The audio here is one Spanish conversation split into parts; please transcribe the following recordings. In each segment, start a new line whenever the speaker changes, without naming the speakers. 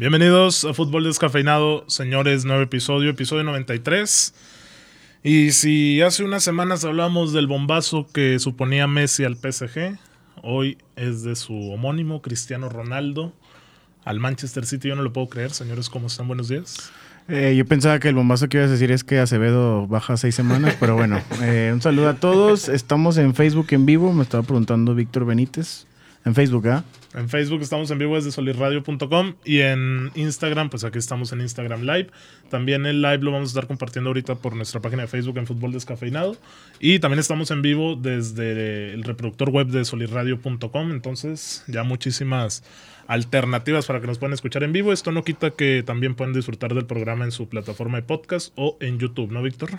Bienvenidos a Fútbol Descafeinado, señores, nuevo episodio, episodio 93. Y si hace unas semanas hablamos del bombazo que suponía Messi al PSG, hoy es de su homónimo Cristiano Ronaldo al Manchester City. Yo no lo puedo creer, señores, ¿cómo están? Buenos días.
Eh, yo pensaba que el bombazo que ibas a decir es que Acevedo baja seis semanas, pero bueno, eh, un saludo a todos. Estamos en Facebook en vivo, me estaba preguntando Víctor Benítez. En Facebook, ¿ah?
En Facebook estamos en vivo desde solirradio.com y en Instagram, pues aquí estamos en Instagram Live. También el live lo vamos a estar compartiendo ahorita por nuestra página de Facebook en Fútbol Descafeinado. Y también estamos en vivo desde el reproductor web de solirradio.com. Entonces, ya muchísimas alternativas para que nos puedan escuchar en vivo. Esto no quita que también puedan disfrutar del programa en su plataforma de podcast o en YouTube, ¿no, Víctor?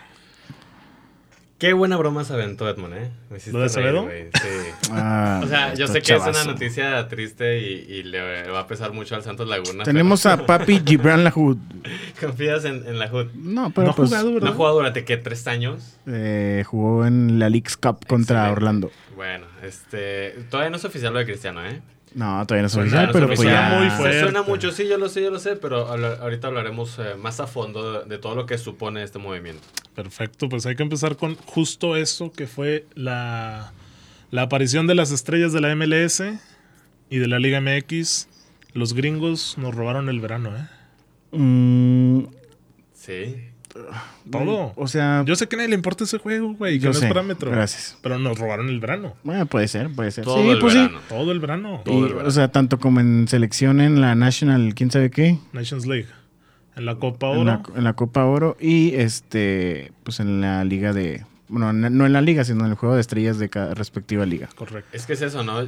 Qué buena broma se aventó Edmond, ¿eh? Me hiciste
¿Lo de
reír,
Acevedo?
güey, sí.
Ah,
O sea, yo
esto
sé que es una
chavazo.
noticia triste y, y le va a pesar mucho al Santos Laguna.
Tenemos a Papi Gibran Lahoud.
pero ¿Confías en, en la HUD?
No, pero
No ha
pues,
jugado,
No
¿verdad?
ha jugado durante, ¿qué? ¿Tres años?
eh, jugó en la Leagues Cup contra
Excelente.
Orlando.
Bueno, este... Todavía no es oficial lo de Cristiano, ¿eh?
No, todavía no es
Suena-
oficial,
Todavía no es
pero pues
oficial.
ya...
muy
Se
fuerte.
suena mucho, sí, yo lo sé, yo lo sé, pero habla- ahorita hablaremos eh, más a fondo de, de todo lo que supone este movimiento.
Perfecto, pues hay que empezar con justo eso que fue la, la aparición de las estrellas de la MLS y de la Liga MX. Los gringos nos robaron el verano, ¿eh?
Mm,
Sí.
Todo.
O sea,
Yo sé que a nadie le importa ese juego, güey, que
yo
no
sé.
es parámetro.
Gracias.
Pero nos robaron el verano.
Bueno, puede ser, puede ser.
Todo
sí,
el
pues
verano.
Todo el verano.
sí.
Todo el
Y,
verano.
o sea, tanto como en selección en la National, quién sabe qué,
Nations League. En la Copa
en la,
Oro.
en la Copa Oro y este, pues en la liga de, bueno, n- no en la liga, sino en el juego de estrellas de cada respectiva liga.
Correcto.
Es que es eso, ¿no?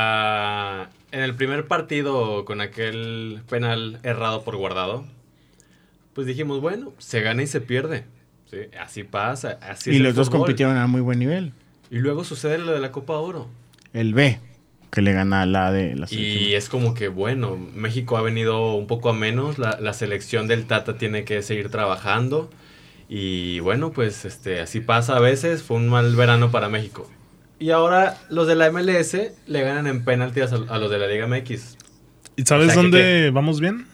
La... En el primer partido con aquel penal errado por guardado, pues dijimos, bueno, se gana y se pierde. Sí, así pasa, así
y
es el
los dos
fútbol.
compitieron a muy buen nivel.
Y luego sucede lo de la Copa Oro.
El B, que le gana a la de la
Y
selección.
es como que, bueno, México ha venido un poco a menos, la, la selección del Tata tiene que seguir trabajando. Y bueno, pues este, así pasa a veces, fue un mal verano para México. Y ahora los de la MLS le ganan en penaltis a, a los de la Liga MX.
¿Y sabes
O sea, que
dónde
qué?
vamos bien?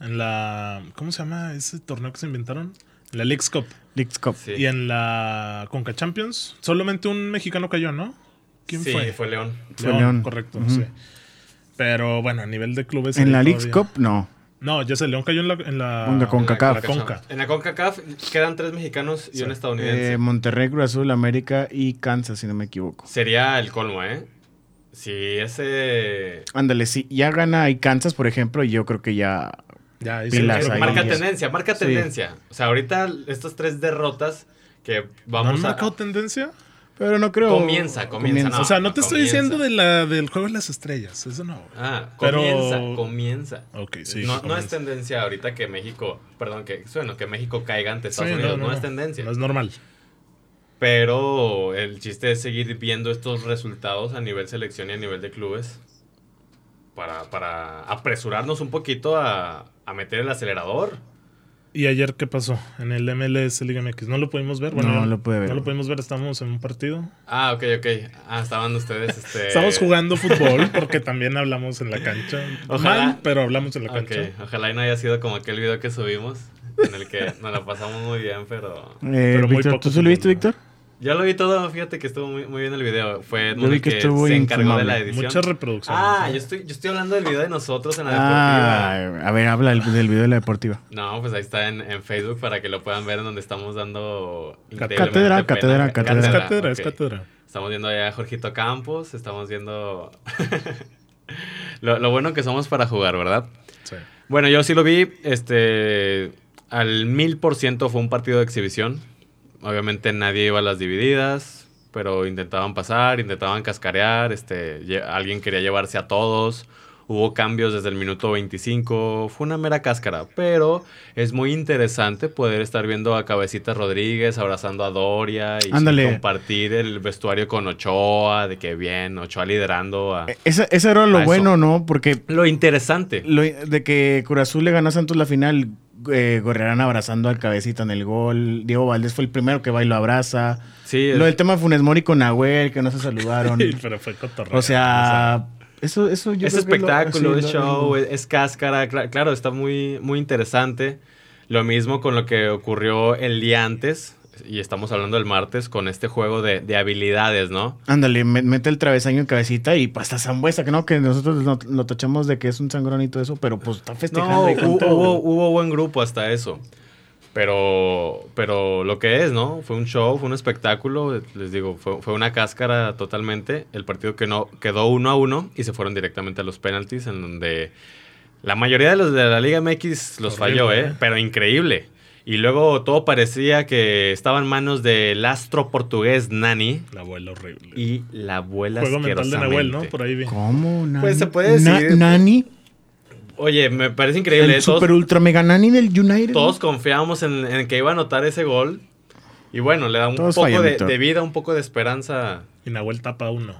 En la. ¿Cómo se llama ese torneo que se inventaron? En la League's Cup.
Leagues Cup.
Sí.
Y en la Conca Champions, solamente un mexicano cayó, ¿no? ¿Quién
Sí,
fue?
fue León.
fue León.
Correcto,
Ujú.
sí. Pero bueno, a nivel de clubes.
En
ahí
la Leagues
todavía-
Cup, no.
No, ya sé, León cayó en la. En la,
En la Conca. CONCACAF.
En la Conca. En la CONCACAF quedan tres mexicanos y
Sí.
un estadounidense.
Eh, Monterrey, Cruz Azul, América y Kansas, si no me equivoco.
Sería el colmo, ¿eh? Si ese...
Ándale, si ya gana y Kansas, por ejemplo, yo creo que ya
Ya, ahí
Pilas
creo que
ahí.
marca
ya.
tendencia, marca
Sí.
tendencia. O sea, ahorita estas tres derrotas que
¿No
vamos
han
a...
marcado tendencia?
Pero no creo.
Comienza, comienza, No,
o sea, no te estoy
comienza.
diciendo de la, del juego de las estrellas. Eso no. güey.
Ah,
Pero-
comienza, comienza.
Ok, sí.
no, no
comienza.
es tendencia ahorita que México, perdón, que sueno, que México caiga ante
Sí,
Estados Unidos, no, es tendencia.
No es normal.
Pero el chiste es seguir viendo estos resultados a nivel selección y a nivel de clubes para, para apresurarnos un poquito a, a meter el acelerador.
¿Y ayer qué pasó? En el MLS Liga MX. No lo pudimos ver. Bueno,
No
yo-
lo pude ver.
No lo pudimos ver. Estamos en un partido.
Ah, ok, ok. Ah, estaban ustedes. Este...
Estamos jugando fútbol porque también hablamos en la cancha.
Ojalá.
Mal, pero hablamos en la
Ok,
cancha.
ojalá y no haya sido como aquel video que subimos en el que nos la pasamos muy bien, pero.
Eh,
Pero muy
Víctor,
poco
¿tú sí lo viste,
tiempo,
Víctor?
Ya lo vi todo, fíjate que estuvo muy, muy bien el video.
Yo
Fue Edmond
vi
el
que
que,
estuvo
se encargó de la
infumable.
edición.
Muchas reproducciones.
Ah, yo estoy, yo estoy hablando del video de nosotros en la deportiva.
Ah, a ver, habla del, del video de la deportiva.
No, pues ahí está en, en Facebook para que lo puedan ver en donde estamos dando...
Cátedra,
increíblemente
cátedra,
pena.
cátedra.
Es cátedra, es
ok.
cátedra.
Estamos viendo allá a Jorgito Campos, estamos viendo... lo, lo bueno que somos para jugar, ¿verdad?
Sí.
Bueno, yo sí lo vi, este... Al mil por ciento fue un partido de exhibición. Obviamente nadie iba a las divididas, pero intentaban pasar, intentaban cascarear, este... lle- Alguien quería llevarse a todos... Hubo cambios desde el minuto 25, fue una mera cáscara, pero es muy interesante poder estar viendo a Cabecita Rodríguez abrazando a Doria y
Ándale.
compartir el vestuario con Ochoa, de que bien, Ochoa liderando a...
Eh, Esa, esa era lo
Ah, eso.
bueno, ¿no? Porque
Lo interesante.
lo- de que Curazú le ganó a Santos la final, eh, Gorriarán abrazando al cabecita en el gol. Diego Valdés fue el primero que va y lo abraza.
Sí,
Lo del tema de Funes Mori con Nahuel, que no se saludaron.
Pero fue cotorreo.
o Mm. sea, Eso, eso yo
es
creo que lo-
espectáculo,
sí,
es
lo-
show, es, es cáscara. cla- claro, está muy, muy interesante. Lo mismo con lo que ocurrió el día antes, y estamos hablando del martes, con este juego de, de habilidades, ¿no?
Ándale, me- mete el travesaño en cabecita y pasta zambuesa, que no, que nosotros lo, lo tachamos de que es un sangrón y todo eso, pero pues está festejando
No,
ahí con
hu-
todo,
hubo,
güey.
hubo buen grupo hasta eso. Pero, pero lo que es, ¿no? Fue un show, fue un espectáculo, les digo, fue, fue una cáscara totalmente. El partido que no quedó uno a uno y se fueron directamente a los penaltis, en donde la mayoría de los de la Liga MX
Horrible,
los falló,
¿eh?
¿eh? Pero increíble. Y luego todo parecía que estaba en manos del astro portugués Nani
La abuela horrible.
y la abuela
Juego mental de Nahuel, ¿no? Por ahí vi.
¿Cómo? Nani?
Pues, se puede
Na-
decir-
nani,
Oye, me parece
el
increíble. todos-
super ultra mega nani del United.
todos confiábamos en, en que iba a anotar ese gol. Y bueno, le da un
Todos
poco
fallan,
de,
Víctor.
de vida, un poco de esperanza.
Y Nahuel tapa uno.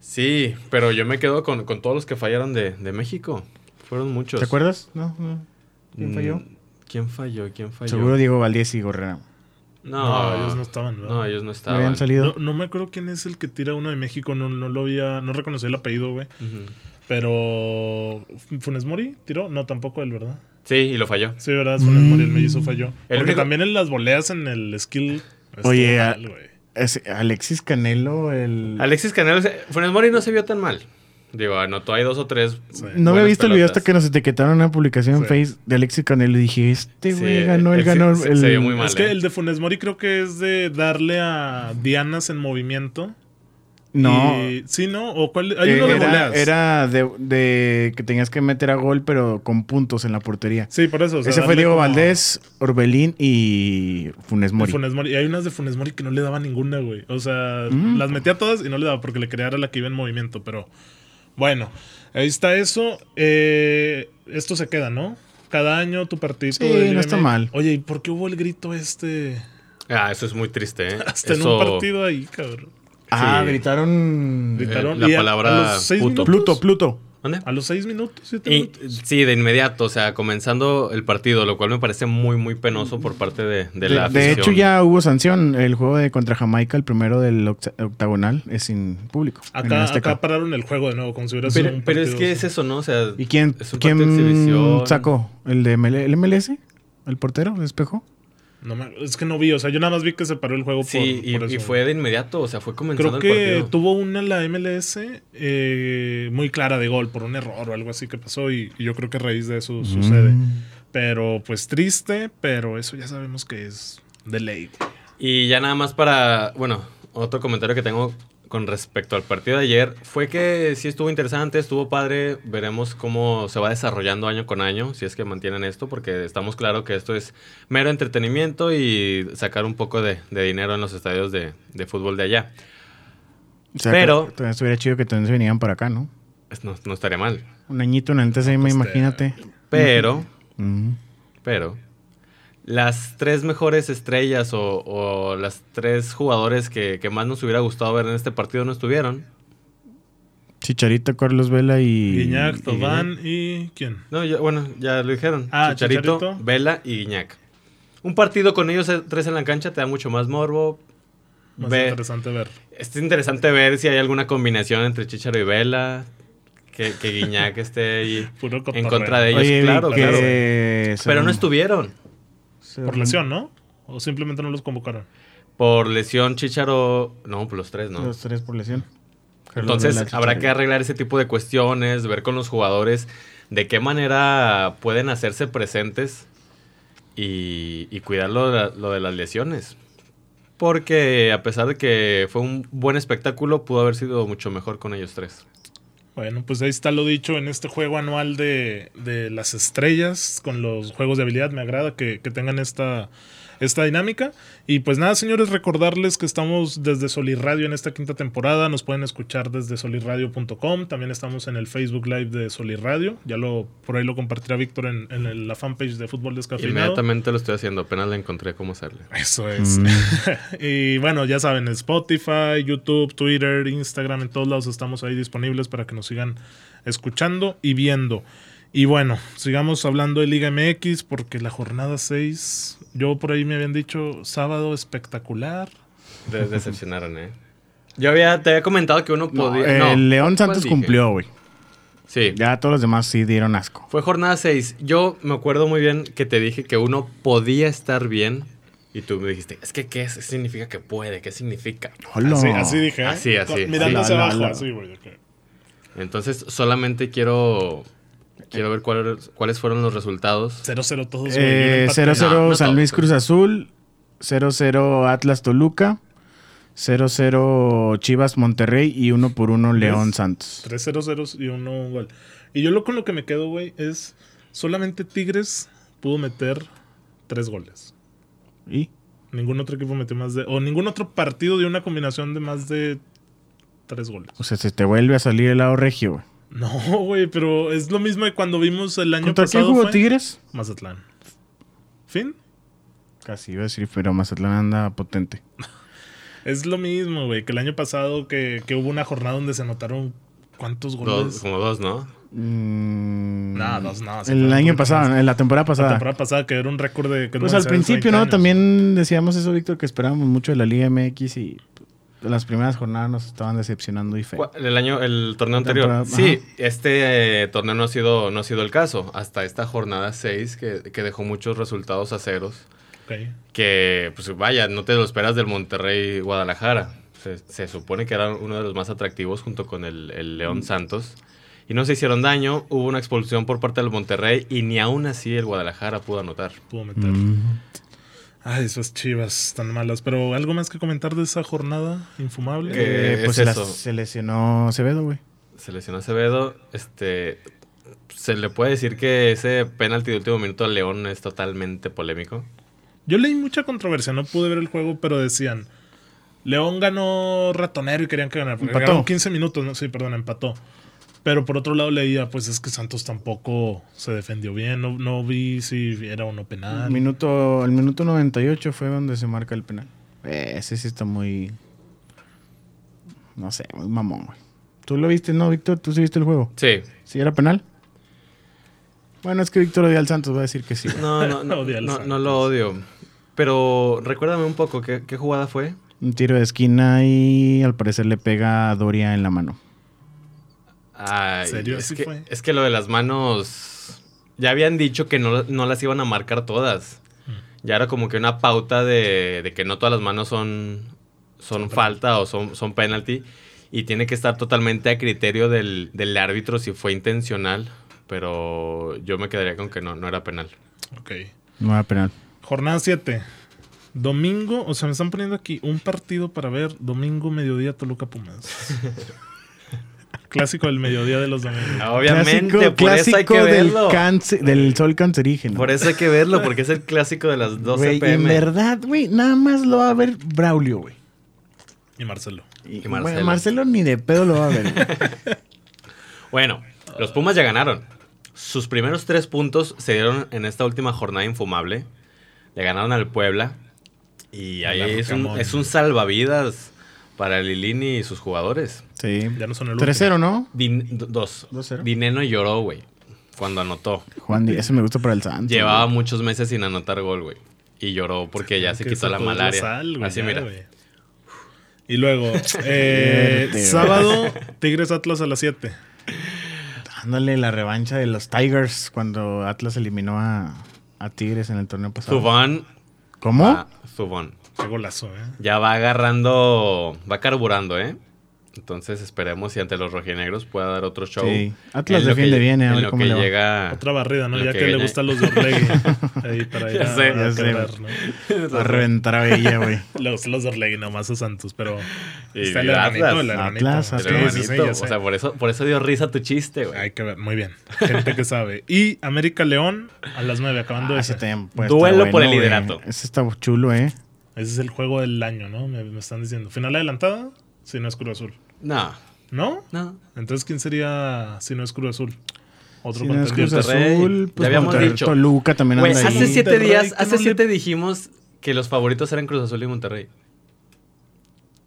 Sí, pero yo me quedo con, con todos los que fallaron de, de México. Fueron muchos.
¿Te acuerdas? No, no. ¿Quién
Mm,
falló?
¿Quién falló? ¿Quién falló?
Seguro Diego Valdés y Gorrera.
No,
No, ellos no estaban, ¿verdad?
No, ellos no
No
estaban.
habían salido.
No, no me acuerdo quién es el que tira uno de México, no, no lo había, no reconocí el apellido, güey.
Ujú.
Pero Funes Mori tiró, no tampoco él, ¿verdad?
Sí, y lo falló.
Sí, verdad, Funes Mori el mellizo falló. Porque
único-
también en las voleas en el skill estuvo
Oye, a-
mal, güey.
Es Alexis Canelo, el.
Alexis Canelo, se- Funes Mori no se vio tan mal. Digo, anotó ahí dos o tres.
Sí.
no había
buenas
visto el video
pelotas.
hasta que nos etiquetaron en una publicación
Sí.
en Face de Alexis Canelo y dije, este
Sí,
güey ganó, él
él sí-
ganó.
se-
el-
se vio muy mal.
Es que
¿eh?
el de Funes Mori creo que es de darle a dianas en movimiento.
No. eh,
Y- sí, ¿no? ¿O cuál? Hay uno de
era,
voleas.
era de, de que tenías que meter a gol, pero con puntos en la portería.
Sí, por eso. o sea,
Ese fue
darle
Diego
como-
Valdés, Orbelín y Funes
de
Mori.
Funes Mori. Y hay unas de Funes Mori que no le daba ninguna, güey. O sea,
Mm.
las metía todas y no le daba porque le creara la que iba en movimiento. Pero bueno, ahí está eso. Eh, esto se queda, ¿no? Cada año tu partido.
Sí, no está mal.
Oye, ¿y por qué hubo el grito este?
Ah, eso es muy triste, ¿eh?
Hasta en
Eso-
un partido ahí, cabrón.
Ah,
Sí.
gritaron.
Grita-
Gritaron.
eh, la
Y a-
palabra
a los seis
puto.
minutos-
Pluto, Pluto.
¿Dónde?
A los seis minutos, siete
Y,
minutos.
sí, de inmediato, o sea, comenzando el partido, lo cual me parece muy, muy penoso por parte de, de la
De, de
afición.
hecho, ya hubo sanción. El juego de contra Jamaica, el primero del octa- octagonal, es sin público. en el
Acá,
Azteca.
acá pararon el juego de nuevo, como si hubiera sido
Pero,
un
pero es
partido
que es eso, ¿no? O sea,
¿Y quién,
es un
quién
partido de exhibición.
sacó? ¿El de ML el MLS? ¿El portero? ¿El espejo?
No me- es que no vi, o sea, yo nada más vi que se paró el juego
sí,
por,
y,
por eso.
y fue de inmediato, o sea, fue
Creo
comenzando el
que
partido.
tuvo una la MLS eh, muy clara de gol por un error o algo así que pasó y, y yo creo que a raíz de eso Pues sucede.
Mm.
Pero pues triste, pero eso ya sabemos que es de ley.
Y ya nada más para, bueno, otro comentario que tengo con respecto al partido de ayer fue que sí estuvo interesante, estuvo padre, veremos cómo se va desarrollando año con año, si es que mantienen esto, porque estamos claro que esto es mero entretenimiento y sacar un poco de, de dinero en los estadios de, de fútbol de allá.
O sea,
Pero-
que También estuviera chido que también se vinieran para acá, ¿no?
Es- Pues No, no estaría mal.
Un añito en el TCM,
Pues,
imagínate.
Pero,
Mm.
pero, las tres mejores estrellas o, o las tres jugadores que, que más nos hubiera gustado ver en este partido no estuvieron.
Chicharito, Carlos Vela y.
Guiñac,
y-
Tobán y ¿quién?
No, ya- bueno, ya lo dijeron.
Ah,
Chicharito,
Chicharito.
Vela y Guiñac. Un partido con ellos eh, tres en la cancha te da mucho más morbo.
Más
Ve-
interesante ver.
Es interesante ver si hay alguna combinación entre Chicharo y Vela. Que, que Guiñac esté ahí
Puro
en
cotorreo.
contra de ellos.
Oye,
claro,
vi que
claro.
se-
Pero no estuvieron.
se-
Por lesión, ¿no? O simplemente no los convocaron.
Por lesión, Chicharo. No, por los tres, ¿no?
Los tres por lesión. Carlos Vela,
Entonces habrá que
Chicharito.
arreglar ese tipo de cuestiones, ver con los jugadores de qué manera pueden hacerse presentes y, y cuidar lo de, la- lo de las lesiones. Porque a pesar de que fue un buen espectáculo, pudo haber sido mucho mejor con ellos tres.
Bueno, pues ahí está lo dicho en este juego anual de, de las estrellas con los juegos de habilidad. Me agrada que, que tengan esta, esta dinámica. Y pues nada, señores, recordarles que estamos desde Solirradio en esta quinta temporada. Nos pueden escuchar desde solirradio.com. También estamos en el Facebook Live de Solirradio. Ya lo por ahí lo compartirá Víctor en, en el- la fanpage de Fútbol Descafeinado.
Inmediatamente lo estoy haciendo, apenas la encontré cómo hacerle.
Eso es.
Mm.
y bueno, ya saben, Spotify, YouTube, Twitter, Instagram, en todos lados estamos ahí disponibles para que nos sigan escuchando y viendo. Y bueno, sigamos hablando de Liga MX porque la jornada 6, yo por ahí me habían dicho sábado espectacular.
Des- decepcionaron, ¿eh? Yo había, te había comentado que uno
No,
podía...
el
no,
León
¿cuál
Santos
dije?
cumplió, güey.
Sí.
Ya todos los demás sí dieron asco.
Fue jornada 6. Yo me acuerdo muy bien que te dije que uno podía estar bien y tú me dijiste, es que ¿qué significa que puede? ¿Qué significa?
Hola.
Así, así dije. ¿eh?
Así, así,
Con- Mirando
sí.
hacia
La, la,
abajo.
la.
Así, güey. ok.
Entonces solamente quiero quiero ver cuál- cuáles fueron los resultados.
0-0 todos, güey.
pues,
y un
Eh,
empate.
0-0
No, no
San
todos,
Luis
sí.
Cruz Azul, 0-0 Atlas Toluca, 0-0 Chivas Monterrey y 1 por 1 León
¿Ves?
Santos.
3-0-0 y uno un gol. Y yo lo con lo que me quedo, güey, es solamente Tigres pudo meter tres goles.
¿Y?
Ningún otro equipo metió más de... O ningún otro partido dio una combinación de más de tres goles.
O sea, se te vuelve a salir el lado regio, güey.
No, güey, pero es lo mismo de cuando vimos el año
¿Contra quién
pasado.
jugó
fue
Tigres?
Mazatlán. ¿Fin?
Casi iba a decir, pero Mazatlán anda potente.
Es lo mismo, güey, que el año pasado que, que hubo una jornada donde se anotaron cuántos
Dos,
goles.
como dos, ¿no?
Mm,
Nada, dos, nada. se
el
fueron
año
mucho
pasado,
más.
en la temporada pasada.
La temporada pasada que era un récord de... que no
Pues
van a
al
ser los
principio,
20
¿no?
años.
También decíamos eso, Víctor, que esperábamos mucho de la Liga MX y las primeras jornadas nos estaban decepcionando y feo.
¿Cuál- El año, el torneo anterior.
Temporada,
Sí,
ajá.
este eh, torneo no ha sido, no ha sido el caso. Hasta esta jornada 6 que, que dejó muchos resultados a ceros.
Ok.
Que, pues vaya, no te lo esperas del Monterrey Guadalajara. Se, se supone que era uno de los más atractivos junto con el, el León Santos. Y no se hicieron daño, hubo una expulsión por parte del Monterrey y ni aún así el Guadalajara pudo anotar.
pudo meter.
Mm.
Ay, esas chivas tan malas. Pero algo más que comentar de esa jornada infumable.
¿Qué?
Eh,
Eh,
pues
es
se, las-
eso.
se lesionó Acevedo, güey.
Se lesionó Acevedo. Este, se le puede decir que ese penalti de último minuto al León es totalmente polémico.
Yo leí mucha controversia, no pude ver el juego, pero decían: León ganó ratonero y querían que ganara. porque
Empató.
ganaron 15 minutos, no, sí, perdón, empató. Pero por otro lado leía, pues es que Santos tampoco se defendió bien. No, no vi si era o Ah, no penal.
Minuto, el minuto 98 fue donde se marca el penal. Eh, ese sí está muy. No sé, muy mamón, güey. ¿Tú lo viste, no, Víctor? ¿Tú sí viste el juego?
Sí.
¿Sí era penal? Bueno, es que Víctor odia al Santos, va a decir que sí. güey.
No, no, no,
Odia al
no,
Santos.
no lo odio. Pero recuérdame un poco, ¿qué, qué jugada fue?
Un tiro de esquina y al parecer le pega a Doria en la mano.
Ay,
¿Serio?
Es,
¿Sí
que,
fue?
es que lo de las manos. Ya habían dicho que no, no las iban a marcar todas. Ya era como que una pauta de, de que no todas las manos son, son falta o son, son penalty. Y tiene que estar totalmente a criterio del, del árbitro si fue intencional. Pero yo me quedaría con que no, no era penal.
Ok.
No era penal.
Jornada 7. Domingo, o sea, me están poniendo aquí un partido para ver domingo, mediodía, Toluca Pumas. Clásico del mediodía de los domingos. Ah,
Obviamente,
Clásico-
por eso hay
clásico
que
del,
verlo.
cáncer- del sol cancerígeno.
Por eso hay que verlo, porque es el clásico de las 12
Güey, en
pm.
verdad, güey, nada más lo va a ver Braulio, güey.
Y Marcelo.
Y,
Y
bueno, Marcelo.
Marcelo.
ni de pedo lo va a ver. güey.
Bueno, los Pumas ya ganaron. Sus primeros tres puntos se dieron en esta última jornada infumable. Le ganaron al Puebla. Y ahí
La
es un,
Rocamón.
es un salvavidas para Lilini y sus jugadores.
Sí.
Ya no son el último.
3-0, ¿no?
Din- d- dos.
2-0.
Dineno lloró, güey, cuando anotó.
Juan, Di- ese me gusta para el Santos.
Llevaba
güey.
muchos meses sin anotar gol, güey. Y lloró porque ya se
Que
quitó la
sacó
malaria.
sal, güey,
Así,
ya,
mira.
güey. Y luego, eh,
Verte,
sábado, Tigres Atlas a las 7.
Dándole la revancha de los Tigers cuando Atlas eliminó a, a Tigres en el torneo pasado.
Zubón.
¿Cómo?
ah, Zubón.
Qué golazo, ¿eh?
Ya va agarrando, va carburando, ¿eh? Entonces esperemos si ante los rojinegros pueda dar otro show.
Sí. Atlas
En lo que
defiende
lle-
bien, ¿eh? A
en
ver
lo
cómo
que
le va.
llega.
Otra barrida, ¿no?
Ah. Lo
Ya
que
que, le
viene.
gustan los de Orlegui. Ahí para ir
Ya
a-
sé,
a
ya sé,
quebrar,
güey.
¿no?
Va a reventar a Bella, güey.
Le gustan los de Orlegui nomás a Santos, pero
Y
está el
Atlas,
hermanito, el hermanito.
Atlas,
Sí,
Pero
Atlas.
sí, sí,
bonito,
ya
o
sé.
sea, por eso, por eso dio risa tu chiste, güey.
Hay que ver, muy bien. Gente que sabe. Y América León a las 9, acabando
Ah,
ese.
ese también puede
Duelo
estar
por el
güey.
liderato.
Ese está chulo, ¿eh?
Ese es el juego del año, ¿no? Me, me están diciendo. ¿Final adelantada? Si no es Cruz Azul.
No,
¿No?
no.
Entonces, ¿quién sería si no es Cruz Azul? Otro
Si no es Cruz
contendiente.
Monterrey.
Azul,
Ya
pues
habíamos
Monterrey,
dicho.
Toluca también
Güey,
anda ahí.
hace siete
Monterrey,
días,
que
hace
no le-
siete dijimos que los favoritos eran Cruz Azul y Monterrey.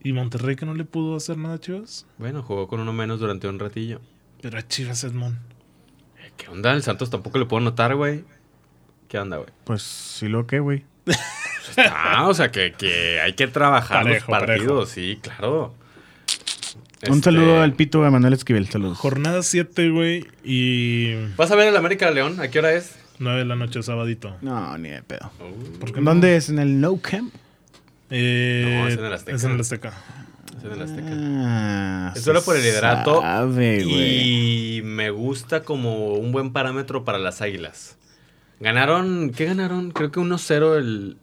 ¿Y Monterrey que no le pudo hacer nada a Chivas?
Bueno, jugó con uno menos durante un ratillo.
Pero a Chivas Edmond.
¿Qué onda? El Santos tampoco le puedo notar, güey. ¿Qué onda, güey?
Pues sí lo que, güey.
Ah, o sea que, que hay que trabajar
Parejo,
los partidos,
parejo.
sí, claro.
Un
Este,
saludo al Pito a Manuel Esquivel. Saludos.
Jornada 7, güey, y
¿Vas a ver el América León? ¿A qué hora es?
9 de la noche, sabadito.
No, ni de pedo.
¿Por qué no?
¿Dónde es? ¿En el No Camp?
Eh,
No, es en el Azteca.
Es en el Azteca.
Es en el Azteca.
Ah,
Es solo por el
se
liderato.
sabe, güey.
Y me gusta como un buen parámetro para las águilas. Ganaron, ¿qué ganaron? Creo que 1-0 el.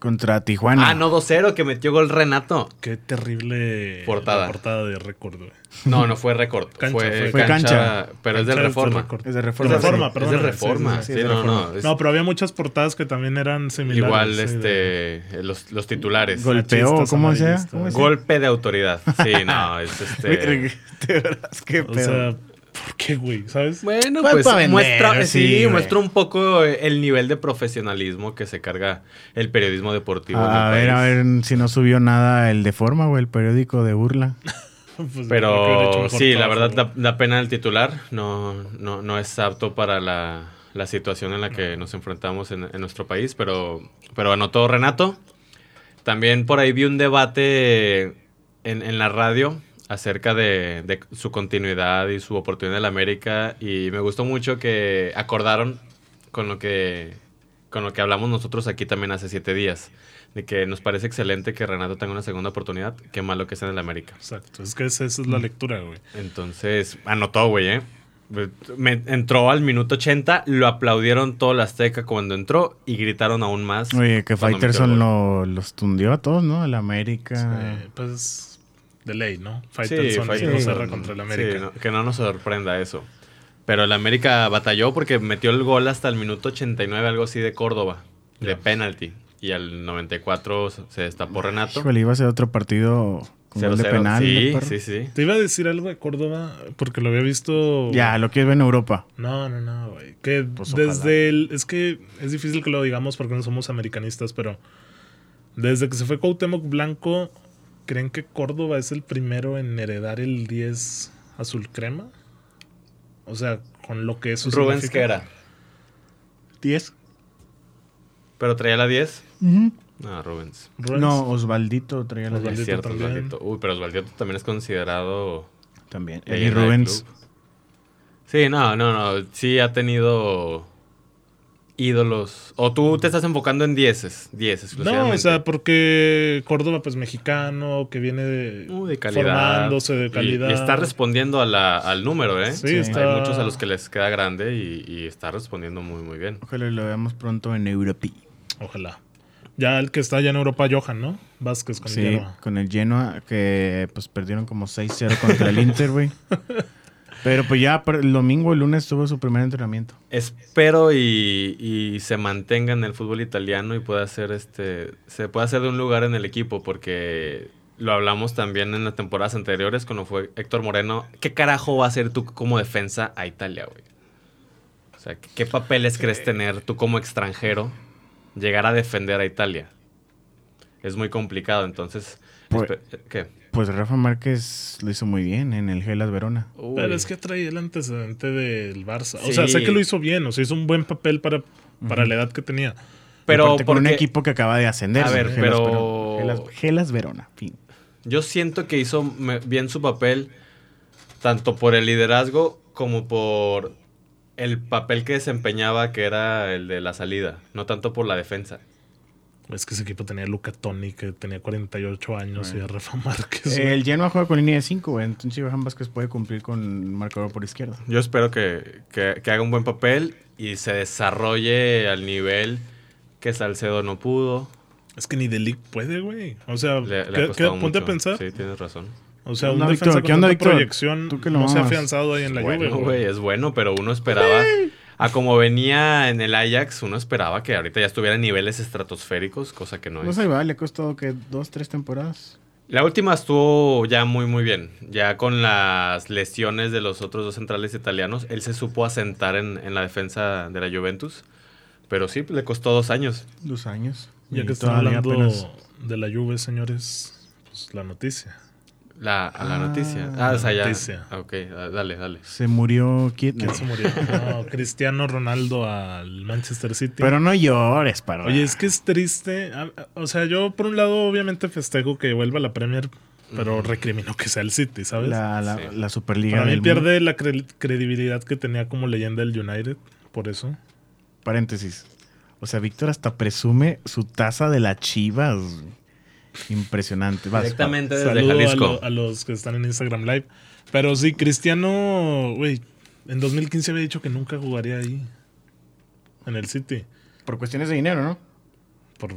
Contra Tijuana.
Ah, no, 2-0 que metió gol Renato.
Qué terrible
Portada.
la portada de récord, güey.
No, no fue récord.
Cancha,
fue,
fue
cancha,
cancha.
Pero es del
Cancha de
Reforma.
récord.
Es de
Reforma,
reforma.
Reforma,
sí.
perdón.
es del Reforma.
sí, sí,
Sí,
es de
no, no.
Reforma.
es
No, pero había muchas portadas que también eran similares.
igual,
sí,
este.
de-
Los, los titulares.
Gol- Golpeó,
machistas,
¿cómo sea?
amarillistas.
¿Cómo sea?
Golpe de autoridad. Sí, no, es este.
Te verás qué
O
pedo.
sea, ¿por qué, güey? ¿Sabes?
Bueno,
Pues
pues,
pa' vender,
muestra,
sí,
sí,
güey.
muestra un poco el nivel de profesionalismo que se carga el periodismo deportivo. en el
a ver,
país.
a ver si no subió nada el de forma, güey, el periódico de burla.
Pues, creo que hubiera hecho
Pero
mejor
sí, la
trabajo,
verdad
güey.
da, da pena el titular. No, no, no es apto para la, la situación en la que nos enfrentamos en, en nuestro país. Pero, pero anotó Renato. También por ahí vi un debate en, en la radio acerca de, de su continuidad y su oportunidad en la América. Y me gustó mucho que acordaron con lo que, con lo que hablamos nosotros aquí también hace siete días. De que nos parece excelente que Renato tenga una segunda oportunidad. Qué malo que sea en el América.
Exacto, es que esa, esa
Mm.
es la lectura, güey.
Entonces, anotó, güey, ¿eh? Me- entró al minuto 80, lo aplaudieron todo el Azteca cuando entró y gritaron aún más.
Oye, que
cuando metió
Fighterson
el gol.
lo- los tundió a todos, ¿no? Al América.
Eh, pues, de ley, ¿no?
Sí,
Fighterson
Fighterson.
no cerra contra el
Sí,
América.
no- que no nos sorprenda eso. Pero el América batalló porque metió el gol hasta el minuto 89, algo así de Córdoba, de
Ya.
penalty. Y al 94 se se destapó Renato.
Híjole, iba a ser otro partido con gol de
0-0.
penal.
Sí,
¿no, perro?
sí, sí.
Te iba a decir algo de Córdoba, porque lo había visto.
Ya, lo que ver en Europa.
No, no, no, güey. Que
Pues,
desde
ojalá.
el. Es que es difícil que lo digamos porque no somos americanistas, pero. Desde que se fue Cuauhtémoc Blanco, ¿creen que Córdoba es el primero en heredar el 10 azul crema? O sea, con lo que eso
Rubens
significa.
que era.
10.
Pero traía la 10. No, Rubens.
Rubens.
No, Osvaldito traía la
No
Osvaldito
es cierto,
también.
Osvaldito. Uy, pero Osvaldito también es considerado
también. Y
leyenda del
Rubens.
club. Sí, no, no, no. Sí ha tenido ídolos. O tú te estás enfocando en dieces. Dieces,
No, o sea, porque Córdoba, pues mexicano, que viene de,
Uh, de calidad.
formándose de
Y-
calidad.
Y, está respondiendo a la- al número, ¿eh?
Sí,
Sí.
está-
Hay muchos a los que les queda grande y, y está respondiendo muy, muy bien.
Ojalá lo veamos pronto en Europa.
Ojalá. Ya el que está allá en Europa, Johan, ¿no? Vázquez con
Sí,
Genoa.
con el Genoa, que pues perdieron como 6-0 contra el Inter, güey. Pero pues ya per- el domingo, el lunes tuvo su primer entrenamiento.
Espero y, y se mantenga en el fútbol italiano y pueda hacer este se pueda hacer de un lugar en el equipo porque lo hablamos también en las temporadas anteriores cuando fue Héctor Moreno. ¿Qué carajo va a hacer tú como defensa a Italia, güey? O sea, ¿qué- ¿qué papeles crees tener tú como extranjero llegar a defender a Italia? Es muy complicado, entonces.
Pues-
espe- ¿Qué?
Pues Rafa Márquez lo hizo muy bien en el Gelas Verona.
Pero
Uy.
es que traía el antecedente del Barça. O
Sí.
sea, sé que lo hizo bien, o sea, hizo un buen papel para, para la edad que tenía.
Pero
pero
con un
porque-
equipo que acaba de ascender.
A ver,
Gelas
pero-
Verona. Gelas, Gelas Verona, fin.
Yo siento que hizo me- bien su papel, tanto por el liderazgo como por el papel que desempeñaba, que era el de la salida, no tanto por la defensa.
Es que ese equipo tenía a Luca Toni, que tenía 48 años, y a Rafa Márquez.
Eh.
güey.
El Genoa juega con línea de 5, güey. Entonces Johan Vázquez puede cumplir con el marcador por izquierda.
Yo espero que, que- que haga un buen papel y se desarrolle al nivel que Salcedo no pudo.
Es que ni Delic puede, güey. O sea,
Le, le ha
¿qué- qué-
costado
ponte a
mucho.
pensar.
Sí, tienes razón.
O sea,
¿Qué
un
onda,
defensa
Víctor?
con
¿Qué
tanta
onda, Víctor?
proyección
Tú que lo
no se ha
mamas.
afianzado ahí en la
bueno,
Juve, güey.
güey, es bueno, pero uno esperaba, a como venía en el Ajax, uno esperaba que ahorita ya estuviera en niveles estratosféricos, cosa que no,
No
es.
sé, va, le ha costado que dos, tres temporadas.
La última estuvo ya muy muy bien. Ya con las lesiones de los otros dos centrales italianos, él se supo asentar en, en la defensa de la Juventus. Pero sí, le costó dos años.
Dos años.
Ya
Y
que están
todavía
hablando
apenas-
de la Juve, señores, pues la noticia.
La, a la
Ah,
noticia. Ah, o sea, ya.
noticia.
Ah, Ok, ah, dale, dale.
Se murió Kit.
¿Quién se murió? No, Cristiano Ronaldo al Manchester City.
Pero no llores, para
Oye, es que es triste. Ah, ah, O sea, yo por un lado obviamente festejo que vuelva la Premier pero recriminó que sea el City, ¿sabes?
La, la,
Sí.
la Superliga
Para mí
del mundo.
pierde la cre- credibilidad que tenía como leyenda del United, por eso.
Paréntesis. O sea, Víctor hasta presume su taza de las chivas. güey. Impresionante. Vas,
Directamente desde
Saludo a,
Jalisco.
lo- a los que están en Instagram Live. Pero sí, Cristiano, güey, en 2015 había dicho que nunca jugaría ahí, en el City,
pa- Por cuestiones de dinero, ¿no?
por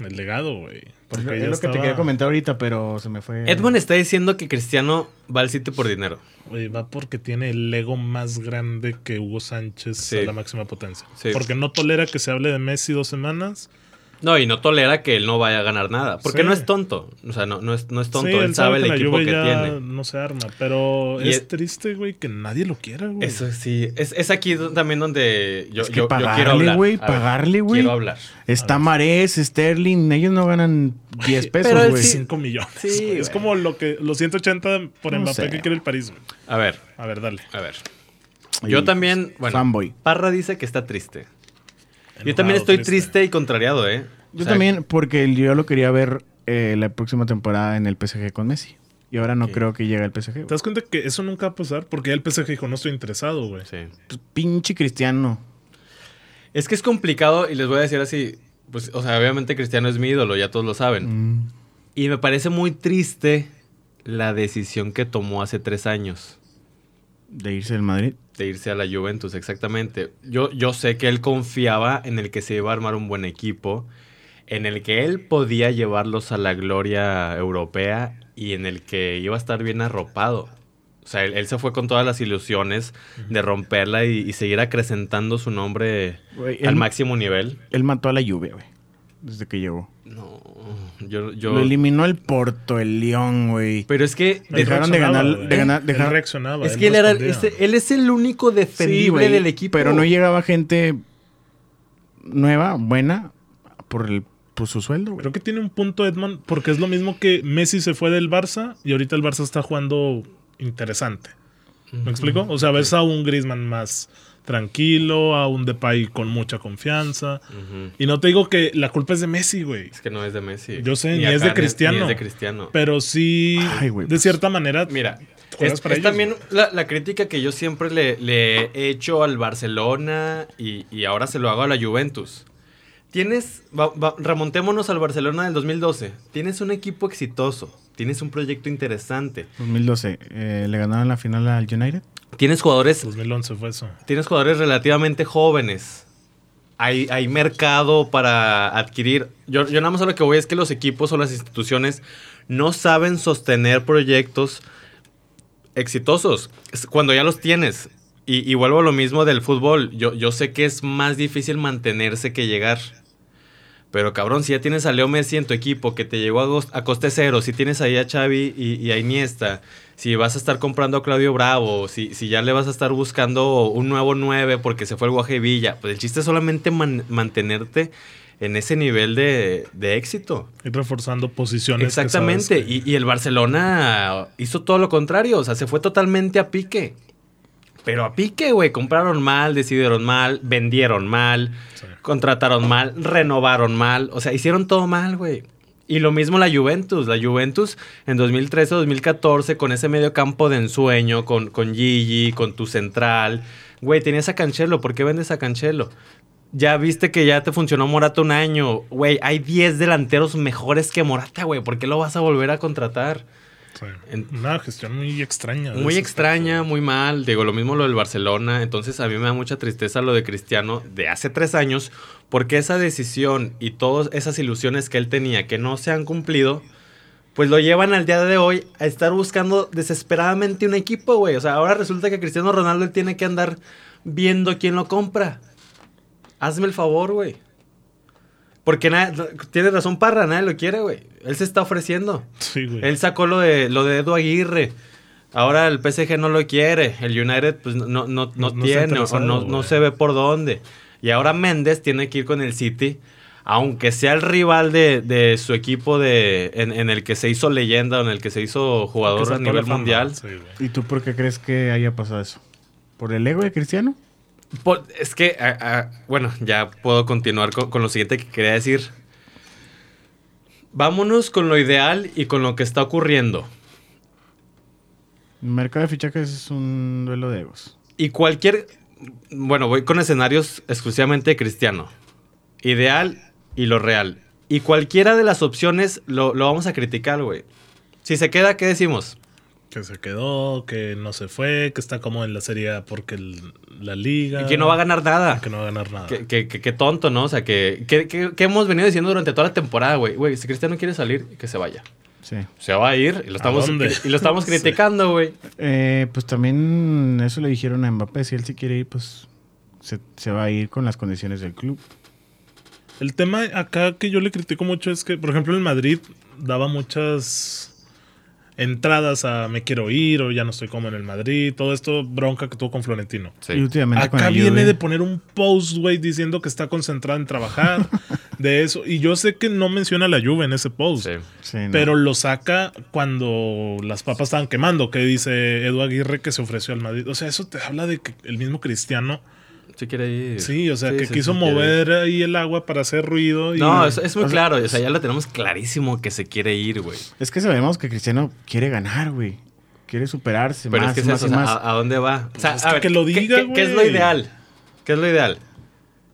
el legado, güey.
Es
Porque
lo
ya
es lo que te
estaba-
quería comentar ahorita, pero se me fue.
Edmond está diciendo que Cristiano va al sitio por dinero.
Güey, va porque tiene el ego más grande que Hugo Sánchez
Sí.
a la máxima potencia.
Sí.
Porque no tolera que se hable de Messi dos semanas.
No, y no tolera que él no vaya a ganar nada. Porque
Sí.
no es tonto. O sea, no, no, es, no es tonto.
Sí,
él, sabe el
la
equipo
Juve
que
ya
tiene.
No se arma, pero
Y
es,
es-
triste, güey, que nadie lo quiera, güey.
Eso sí. Es, es aquí do- también donde yo,
Es que
yo- yo
pagarle,
quiero hablar.
güey,
A ver,
pagarle, güey.
Quiero hablar.
Está Marés, Sterling. Ellos no ganan 10
pero
pesos,
él
güey.
sí-
5 millones.
Sí,
güey. es
güey.
como lo que los 180 por
No
Mbappé
sé.
que quiere el París, güey.
A ver,
A ver, dale.
a ver.
Y pues,
Yo también, bueno,
Fanboy.
Parra dice que está triste. Yo
Enojado,
también estoy triste y contrariado, ¿eh?
Yo
O sea,
también, porque yo lo quería ver eh, la próxima temporada en el PSG con Messi. Y ahora no
Sí.
creo que llegue al PSG. güey.
¿Te das cuenta que eso nunca va a pasar? Porque ya el PSG dijo, no estoy interesado, güey.
Sí.
Pues, Pinche cristiano.
Es que es complicado y les voy a decir así. Pues, o sea, obviamente Cristiano es mi ídolo, ya todos lo saben.
Mm.
Y me parece muy triste la decisión que tomó hace tres años.
De irse del Madrid.
de irse a la Juventus, exactamente. Yo, yo sé que él confiaba en el que se iba a armar un buen equipo, en el que él podía llevarlos a la gloria europea y en el que iba a estar bien arropado. O sea, él, él se fue con todas las ilusiones de romperla y, y seguir acrecentando su nombre
Güey,
al
él,
máximo nivel.
él mató a la lluvia, güey. Desde que llegó.
No, yo... yo-
Lo eliminó el Porto, el León, güey.
pero es que...
Él
De- Dejaron de
reaccionaba,
ganar-
güey.
de ganar- dejar-
Él reaccionaba.
es que él, era-
respondía.
es- él es el único
Sí,
defendible
güey,
del equipo.
Pero no llegaba gente nueva, buena, por, el, por su sueldo, güey.
Creo que tiene un punto Edmond, porque es lo mismo que Messi se fue del Barça y ahorita el Barça está jugando interesante. ¿Me explico? O sea, ves a un Griezmann más tranquilo, a un Depay con mucha confianza.
Ujú.
Y no te digo que la culpa es de Messi, güey.
Es que no es de Messi.
Yo sé, ni
a
es de
Kane,
Cristiano.
Ni es de Cristiano.
Pero sí,
Ay, güey,
de
pues.
cierta manera,
Mira, es,
Juegas para
es
ellos,
también
güey.
la, la crítica que yo siempre le, le he hecho al Barcelona y, y ahora se lo hago a la Juventus. Tienes, va- va- remontémonos al Barcelona del 2012. Tienes un equipo exitoso, tienes un proyecto interesante,
2012. eh, le ganaron la final al United.
tienes jugadores,
2011 fue eso.
tienes jugadores relativamente jóvenes. Hay, hay mercado para adquirir. Yo, yo nada más a lo que voy es que los equipos o las instituciones no saben sostener proyectos exitosos es cuando ya los tienes. Y, y vuelvo a lo mismo del fútbol. Yo, yo sé que es más difícil mantenerse que llegar. Pero cabrón, si ya tienes a Leo Messi en tu equipo que te llegó a, gos- a coste cero, si tienes ahí a Xavi y, y a Iniesta, si vas a estar comprando a Claudio Bravo, si, si ya le vas a estar buscando un nuevo 9 porque se fue el Guaje Villa, pues el chiste es solamente man- mantenerte en ese nivel de, de éxito.
Ir reforzando posiciones. que
Exactamente,
sabes que-
y, y el Barcelona hizo todo lo contrario, o sea, se fue totalmente a pique. Pero a pique, güey, compraron mal, decidieron mal, vendieron mal,
Sí.
contrataron mal, renovaron mal, o sea, hicieron todo mal, güey. Y lo mismo la Juventus, la Juventus en 2013, 2014, con ese medio campo de ensueño, con, con Gigi, con tu central, güey, tenías a Cancelo, ¿por qué vendes a Cancelo? Ya viste que ya te funcionó Morata un año. Güey, hay 10 delanteros mejores que Morata, güey. ¿Por qué lo vas a volver a contratar?
Sí.
En-
Una gestión muy extraña. de
Muy
ese
extraña, muy mal. Digo, lo mismo lo del Barcelona. Entonces a mí me da mucha tristeza lo de Cristiano de hace tres años, porque esa decisión y todas esas ilusiones que él tenía que no se han cumplido, pues lo llevan al día de hoy a estar buscando desesperadamente un equipo, güey. O sea, ahora resulta que Cristiano Ronaldo él tiene que andar viendo quién lo compra. Hazme el favor, güey. Porque na- tiene razón Parra, nadie lo quiere, güey. Él se está ofreciendo.
Sí, güey.
Él sacó lo de, lo de Edu Aguirre. Ahora el PSG no lo quiere. El United pues no, no, no,
No- no está
tiene o
interesado,
no, no
güey.
se ve por dónde. Y ahora Méndez tiene que ir con el City. Aunque sea el rival de, de su equipo de, en, en el que se hizo leyenda, o en el que se hizo
Que
jugador a
sacó la
nivel
fama.
mundial.
Sí, güey.
¿Y tú por qué crees que haya pasado eso? ¿Por el ego de Cristiano?
Por- es que, ah, ah, bueno, ya puedo continuar con, con lo siguiente que quería decir. Vámonos con lo ideal y con lo que está ocurriendo.
Mercado de fichajes es un duelo de egos.
Y cualquier. Bueno, voy con escenarios exclusivamente de cristiano. Ideal y lo real. Y cualquiera de las opciones lo, lo vamos a criticar, güey. Si se queda, ¿qué decimos?
Que se quedó, que no se fue, que está como en la serie A porque el- la liga.
Que no va a ganar nada.
Que no va a ganar nada.
Que, que- que- que tonto, ¿no? O sea, que, que- que- que hemos venido diciendo durante toda la temporada, güey. Güey, si Cristiano quiere salir, que se vaya.
Sí.
Se va a ir y lo estamos,
dónde?
y lo estamos
Sí.
criticando, güey.
Eh, pues también eso le dijeron a Mbappé. Si él sí quiere ir, pues se, se va a ir con las condiciones del club.
El tema acá que yo le critico mucho es que, por ejemplo, el Madrid daba muchas entradas a me quiero ir o ya no estoy como en el Madrid. Todo esto bronca que tuvo con Florentino.
Y últimamente con
Acá
la
viene
Juve.
de poner un post, güey, diciendo que está concentrado en trabajar, de eso. Y yo sé que no menciona la lluvia en ese
pues,
post,
Sí.
Sí, no.
pero lo saca cuando las papas estaban quemando, que dice Edu Aguirre que se ofreció al Madrid. O sea, eso te habla de que el mismo cristiano,
Sí quiere ir.
sí, o sea,
Sí,
que
sí,
quiso
sí quiere ir.
mover ahí el agua para hacer ruido. Y,
No, es, es muy
o sea,
claro. O sea, ya lo tenemos clarísimo que se quiere ir, güey.
Es que sabemos que Cristiano quiere ganar, güey. Quiere superarse
Pero
más,
es que es
más
eso,
y
o sea, ah,
más.
¿a, a dónde va? O sea,
Pues
a
que lo
¿qué-
diga,
qué, qué es lo
güey.
ideal? ¿Qué es lo ideal?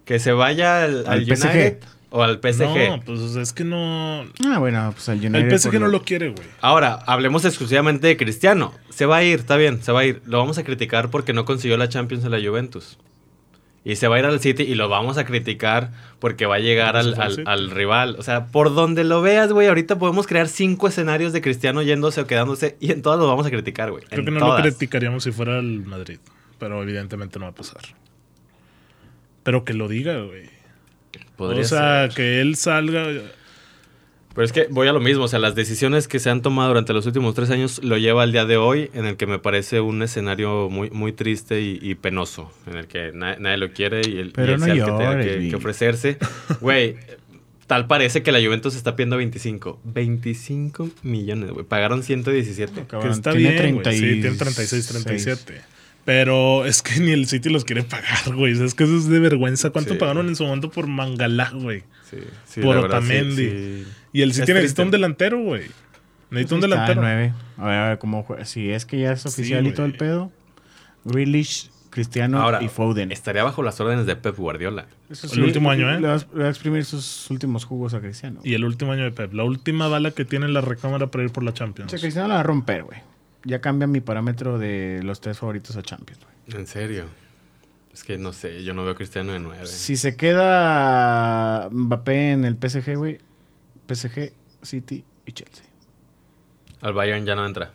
¿Que se vaya al, al
Al PSG.
United o al PSG?
No, pues o sea, es que no.
Ah, bueno, pues al United.
El PSG
por
no lo quiere, güey.
Ahora, hablemos exclusivamente de Cristiano. Se va a ir, está bien, se va a ir. Lo vamos a criticar porque no consiguió la Champions en la Juventus. Y se va a ir al City y lo vamos a criticar porque va a llegar
Porque se
al,
fue al
al-
City.
al rival. O sea, por donde lo veas, güey, ahorita podemos crear cinco escenarios de Cristiano yéndose o quedándose y en todas los vamos a criticar, güey.
Creo
En
que no
todas.
lo criticaríamos si fuera el Madrid, pero evidentemente no va a pasar. Pero que lo diga, güey.
Podría
o sea,
ser.
que él salga.
Pero es que voy a lo mismo, o sea, las decisiones que se han tomado durante los últimos tres años lo lleva al día de hoy, en el que me parece un escenario muy, muy triste y, y penoso, en el que na- nadie lo quiere y el,
Pero
y el
no
sea el que
llores,
que,
Vic.
que ofrecerse. Güey, tal parece que la Juventus está pidiendo 25. 25 millones, güey. Pagaron 117.
Que
Cabrón,
está
tiene
bien. güey.
36,
Sí, tiene 36, 37. Pero es que ni el City los quiere pagar, güey. O sea, Es que eso es de vergüenza. ¿Cuánto
Sí.
pagaron en su momento por Mangalá, güey?
Sí, sí,
Por
la verdad, sí,
Otamendi.
sí.
Y el
Es
City necesita
triste.
un delantero, güey. Necesita un
Ahí está,
delantero.
nueve. A ver, a ver cómo juega. Si es que ya es
Sí,
oficial y todo el
güey.
pedo. Grealish, Cristiano
Ahora,
y Foden.
Estaría bajo las órdenes de Pep Guardiola.
Eso
el último año, ¿eh?
Le va, a, le va a exprimir sus últimos jugos a Cristiano.
Y el último año de Pep. La última bala que tiene en la recámara para ir por la
O
Champions.
sea, Cristiano la va a romper, güey. Ya cambia mi parámetro de los tres favoritos a Champions, güey.
En serio. Es que no sé, yo no veo a Cristiano de nueve.
Si se queda Mbappé en el PSG, güey. PSG, City y Chelsea.
Al Bayern ya no entra.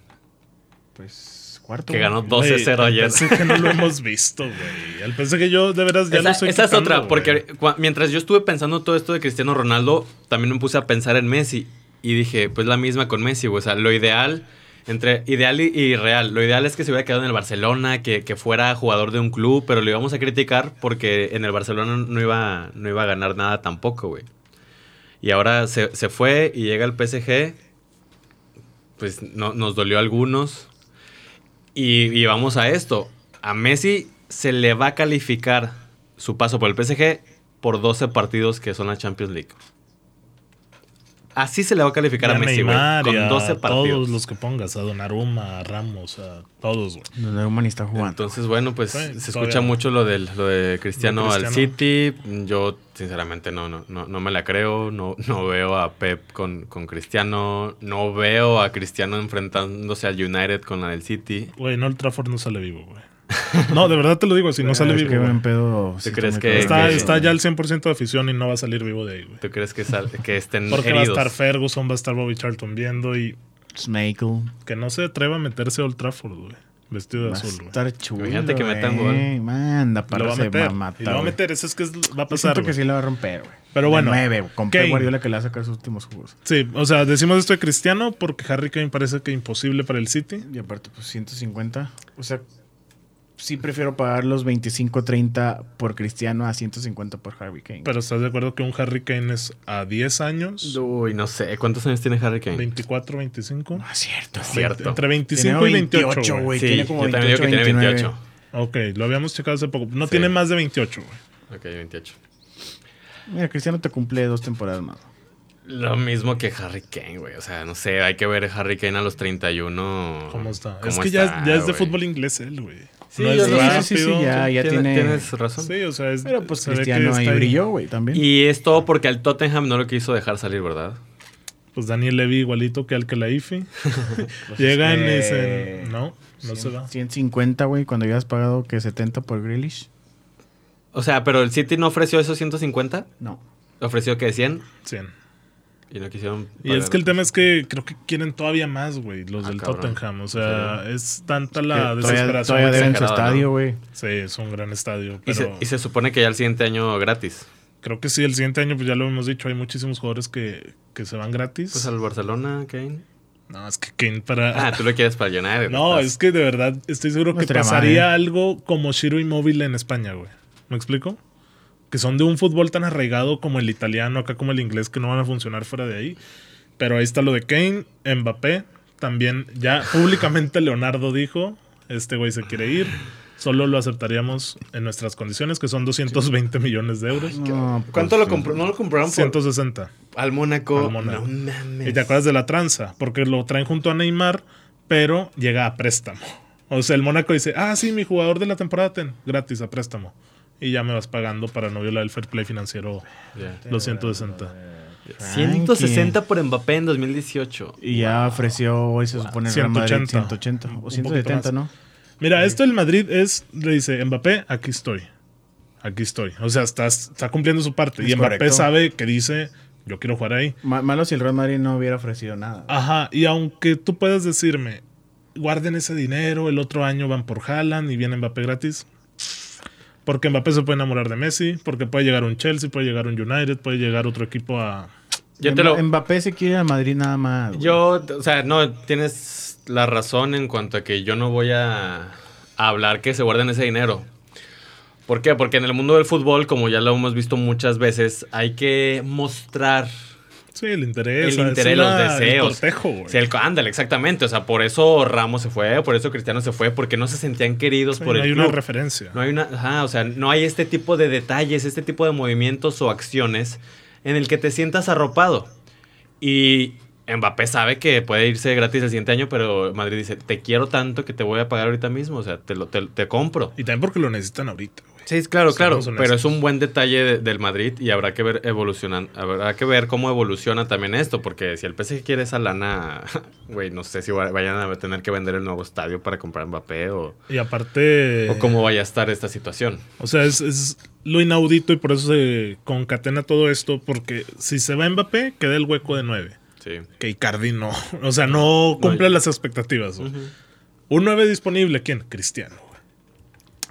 Pues cuarto.
Que
güey.
ganó
Güey,
12-0
al
ayer.
PSG no lo hemos visto, güey. Al PSG yo de veras ya
esa,
lo estoy
esa es
quitando,
otra,
güey.
porque cua- mientras yo estuve pensando todo esto de Cristiano Ronaldo, también me puse a pensar en Messi. Y dije, pues la misma con Messi, güey. O sea, lo ideal, entre ideal y, y real. Lo ideal es que se hubiera quedado en el Barcelona, que, que fuera jugador de un club, pero lo íbamos a criticar porque en el Barcelona no iba, no iba a ganar nada tampoco, güey. Y ahora se, se fue y llega al PSG. Pues no, nos dolió a algunos. Y, y vamos a esto. A Messi se le va a calificar su paso por el PSG por 12 partidos que son la Champions League. Así se le va a
Y
calificar
a
a Messi, güey.
Neymar, y
Con
a
12 partidos.
Todos los que pongas, a Donnarumma, a Ramos, a todos, güey.
Donnarumma ni está jugando.
Entonces, bueno, pues
Sí,
se
todavía
escucha
no.
mucho lo, del, lo de Cristiano,
Lo de
al City. Yo, sinceramente, no, no, no, no me la creo. No, no veo a Pep con, con Cristiano. No veo a Cristiano enfrentándose al United con la del City.
Güey, no, el Trafford no sale vivo, güey. No, de verdad te lo digo, si no sale
Ah, Es
vivo.
que
güey.
buen pedo. sí
crees
muy
que-
cabrón.
Está,
Sí.
está ya al 100% de afición y no va a salir vivo de ahí, güey.
¿Tú crees que, sal- que estén
Porque
Mm, heridos?
va a estar Ferguson, va a estar Bobby Charlton viendo y
Schmeichel.
que no se atreva a meterse a Old Trafford, güey. Vestido de
Va a
azul, güey.
estar chulo.
Imagínate que metan gol.
güey. Manda,
Lo
para
va a
se
meter.
va a matar,
y lo va a
güey.
meter, eso es que es- va a
Yo
pasar.
siento
güey.
que sí la va a romper, güey.
Pero
De
bueno,
Nueve, con Pep
Kane.
Guardiola que le va a sacar sus últimos jugos.
Sí, o sea, decimos esto de Cristiano porque Harry Kane parece que imposible para el City.
Y aparte, pues 150. O sea, sí prefiero pagar los 25, 30 por Cristiano a 150 por Harvey Kane.
Pero estás de acuerdo que un Harry Kane es a 10 años,
Uy, no sé. ¿Cuántos años tiene Harry Kane?
24, 25.
no es cierto.
Es
güey.
cierto.
Entre
Tiene
25 y 28,
28,
güey.
güey.
Sí,
tiene como
yo también digo
28,
que tiene
28.
28.
Ok, lo habíamos checado hace poco. No
Sí.
tiene más de 28, güey.
Ok, 28.
Mira, Cristiano te cumple dos temporadas más.
Lo mismo que Harry Kane, güey. O sea, no sé, hay que ver Harry Kane a los 31.
¿Cómo está?
cómo
es que ya,
está,
ya es de
güey.
fútbol inglés él, güey.
Sí,
no
yo
es
lo sé,
rápido.
sí, sí, ya, ya
Tienes-
tiene.
Tienes razón.
Sí, o sea, es,
Pero pues
se ve que
Cristiano
está
ahí brilló, güey, también.
Y es todo porque al Tottenham no lo quiso dejar salir, ¿verdad?
Pues Daniel Levy igualito que al que la IFI.
Pues,
Llegan y
eh,
dicen, no, no se va.
150, güey, cuando habías pagado que 70 por Grealish.
O sea, pero el City no ofreció esos 150,
No.
ofreció que 100
Cien.
y no quisieron.
Y es
pagar.
que el tema es que creo que quieren todavía más, güey, los
pues. Ah,
del
cabrón.
Tottenham. O sea, es tanta
Que
la
todavía
desesperación.
todavía
que
deben su
exagerado, ¿no?
estadio, güey.
se- Sí, es un gran estadio.
Y,
Pero
se, y se supone que ya el siguiente año gratis.
creo que sí, el siguiente año, pues ya lo hemos dicho, hay muchísimos jugadores que, que se van gratis.
Pues al Barcelona, Kane.
No, es que Kane para...
Ah, tú lo quieres para United.
no,
Estás-
es que de verdad estoy seguro
No
que
estaría mal,
pasaría
¿eh?
algo como Shiro Immobile en España, güey. ¿Me explico? Que son de un fútbol tan arraigado como el italiano, acá como el inglés, que no van a funcionar fuera de ahí. Pero ahí está lo de Kane, Mbappé, también ya públicamente Leonardo dijo, este güey se quiere ir, solo lo aceptaríamos en nuestras condiciones, que son 220 millones de euros.
No,
¿Cuánto
pues,
lo compró? ¿No lo compraron por
160.
al Mónaco?
Al Mónaco.
No mames.
Y te acuerdas de la tranza, porque lo traen junto a Neymar, pero llega a préstamo. O sea, el Mónaco dice, ah, sí, mi jugador de la temporada ten, gratis a préstamo. Y ya me vas pagando para no violar el fair play financiero
Ya.
los 160.
Frankie.
160 por Mbappé en 2018.
Y ya ofreció hoy, se supone, el Real Madrid
180.
180 o
poquito
170, ¿no?
Mira, esto el Madrid es, le dice, Mbappé, aquí estoy. Aquí estoy. O sea, estás, está cumpliendo su parte.
Es
y Mbappé
correcto.
sabe que dice, yo quiero jugar ahí.
Ma- Malo si el Real Madrid no hubiera ofrecido nada.
Ajá, y aunque tú puedas decirme, guarden ese dinero, el otro año van por Haaland y viene Mbappé gratis. Porque Mbappé se puede enamorar de Messi, porque puede llegar un Chelsea, puede llegar un United, puede llegar otro equipo a...
Yo te lo,
Mba- Mbappé se quiere ir al Madrid nada más. güey.
Yo, o sea, no, tienes la razón en cuanto a que yo no voy a, a hablar que se guarden ese dinero. ¿Por qué? Porque en el mundo del fútbol, como ya lo hemos visto muchas veces, hay que mostrar
Sí, el
el
interés. es
interés, los
una-
deseos.
El cortejo, güey.
Sí, el co- ándale, exactamente. O sea, por eso Ramos se fue, por eso Cristiano se fue, porque no se sentían queridos
Sí,
por
no
el
hay una
club.
referencia.
No hay una, ajá, o sea, no hay este tipo de detalles, este tipo de movimientos o acciones en el que te sientas arropado. Y Mbappé sabe que puede irse gratis el siguiente año, pero Madrid dice, te quiero tanto que te voy a pagar ahorita mismo, o sea, te, lo, te, te compro.
Y también porque lo necesitan ahorita, güey.
Sí, es claro, claro,
Seamos honestos.
pero es un buen detalle de- del Madrid y habrá que ver evolucionan, habrá que ver cómo evoluciona también esto, porque si el PSG quiere esa lana, güey, no sé si va- vayan a tener que vender el nuevo estadio para comprar Mbappé o,
Y aparte...
o cómo vaya a estar esta situación.
O sea, es, es lo inaudito y por eso se concatena todo esto, porque si se va Mbappé, queda el hueco de 9.
Sí.
Que Icardi no. O sea, no cumple
No, yo-
las expectativas, güey. Un 9 disponible, ¿quién? Cristiano. güey.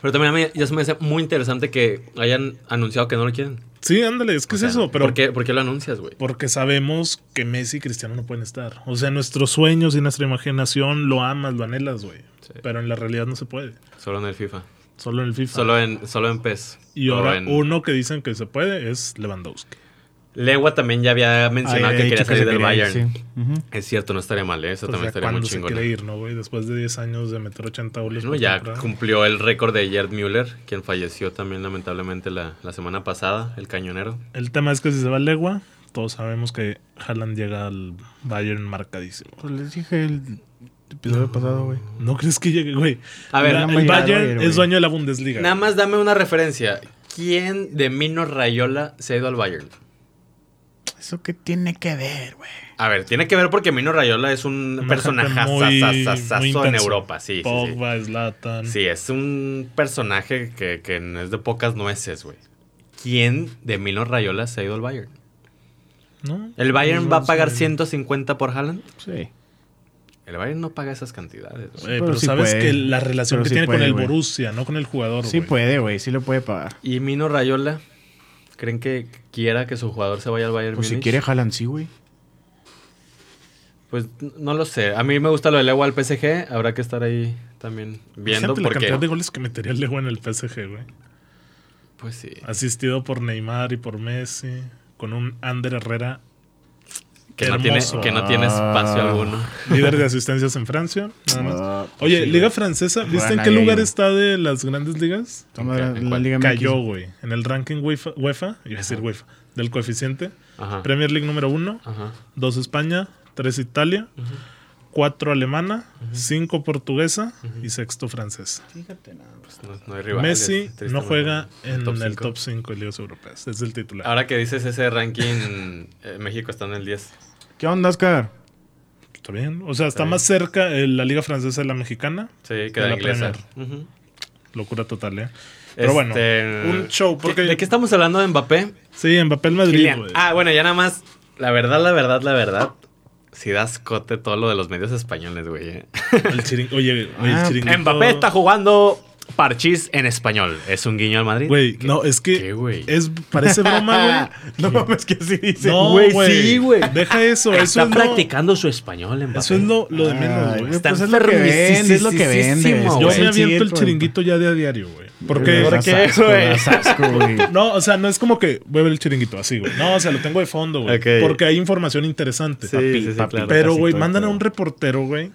Pero también a mí ya se me hace muy interesante que hayan anunciado que no lo quieren.
Sí, ándale, es que
O
es
sea,
eso, pero
¿por qué, por qué lo anuncias, güey?
porque sabemos que Messi y Cristiano no pueden estar. O sea, nuestros sueños y nuestra imaginación lo amas, lo anhelas, güey.
Sí.
Pero en la realidad no se puede.
Solo en el FIFA.
Solo en el FIFA.
Solo en, solo en PES.
y
O
ahora
en-
uno que dicen que se puede es Lewandowski.
Legua también ya había
Ah,
mencionado
ya
que
he
quería
dicho que
salir
se
del
quería
Bayern.
ir, sí. Ujú.
Es cierto, no estaría mal, ¿eh? Eso
O
también
sea,
estaría muy
¿cuándo se
chingón. ¿eh?
quiere ir, no, güey? Después de 10 años de meter 80 goles.
Bueno,
por
ya
temporada.
cumplió el récord de Gerd Müller, quien falleció también lamentablemente la, la semana pasada, el cañonero.
El tema es que si se va Legua, todos sabemos que Haaland llega al Bayern marcadísimo.
Pues les dije el episodio pasado, güey.
¿No crees que llegue, güey?
A ver,
La-
no me
el
llega al
Bayern,
Bayern, güey.
es dueño de la Bundesliga.
nada más dame una referencia. ¿Quién de Mino Rayola se ha ido al Bayern?
¿Eso qué tiene que ver, güey?
A ver, tiene que ver porque Mino Rayola es un
Una
personaje
gente muy- muy
en
intenso.
Europa, sí, sí, sí.
Pogba, Zlatan.
Sí, es un personaje que, que no es de pocas nueces, güey. ¿Quién de Milo Rayola se ha ido al Bayern?
¿No? Pues
¿El Bayern
No,
va a
sí.
pagar 150 por Haaland?
Sí.
El Bayern no paga esas cantidades,
Güey,
güey.
Pero
Eh, pero
sí
sabes
puede.
que la relación
Pero
que
sí
tiene con
puede,
el
güey.
Borussia, no con el jugador.
Sí
güey.
puede, güey. Sí lo puede pagar.
¿Y Mino Rayola? ¿Creen que quiera que su jugador se vaya al Bayern
Pues si
Múnich?
quiere, jalan sí, güey.
Pues n- no lo sé. A mí me gusta lo del Ewa al PSG. Habrá que estar ahí también viendo
Imagínate la
porque...
cantidad de goles que metería el Lewa en el PSG, güey.
Pues sí.
Asistido por Neymar y por Messi, con un Ander Herrera
que, no tiene,
Hermoso.
que no tiene espacio
Ah.
alguno.
Líder de asistencias en Francia. nada más.
Ah, pues
Oye,
sí,
Liga
güey.
Francesa, ¿viste
Bueno,
en qué
ahí,
lugar
güey.
está de las grandes ligas?
Toma la-
Ok,
la
¿cuál?
Liga MX.
Cayó, güey. En el ranking UEFA, UEFA iba a decir UEFA, del coeficiente.
Ajá.
Premier League número 1,
Ajá.
2 España, 3 Italia, 4 alemana, 5 portuguesa y sexto francesa.
Pues no, no hay rivales,
Messi no
tristemente.
juega en el
cinco.
top 5 de ligas europeas. Es el titular.
Ahora que dices ese ranking, eh, México está en el 10.
¿Qué onda, Oscar?
Está bien. O sea, está
Ah. bien.
más cerca eh, la liga francesa de la mexicana.
Sí,
De
queda
la
inglesa. Ujú.
Locura total, ¿eh? Pero bueno,
Este,
un show,
¿qué-
porque-
¿De qué estamos hablando de Mbappé?
Sí, en papel Madrid.
Kylian.
güey.
Ah, bueno, ya nada más. La verdad, la verdad, la verdad. Si das cote todo lo de los medios españoles, güey. eh.
El chiring- Oye, güey, el
Ah,
chiringuito-
Mbappé está jugando parchís en español. ¿Es un guiño al Madrid?
Güey, no, es que
qué, güey?
es parece broma, güey.
no mames, que así dice.
No,
güey,
güey.
sí, güey.
Deja eso, eso
está
es lo, eso
practicando su español, Mbappé.
es lo, lo de menos,
Ay,
güey.
güey,
Está
pues es lo que vende, es lo que vende.
enfermisísimo,
Es
Yo
pues, güey.
me
sencillo,
aviento el
güey.
chiringuito ya de a diario, güey.
Güey,
Porque
das
qué,
asco,
güey?
das asco, güey.
no, o sea, no es como que voy a ver el chiringuito así, güey. No, o sea, lo tengo de fondo, güey.
Ok.
Porque hay información interesante.
Sí, sí, sí, claro.
Pero,
casi
güey,
todo,
mandan a
todo.
un reportero, güey.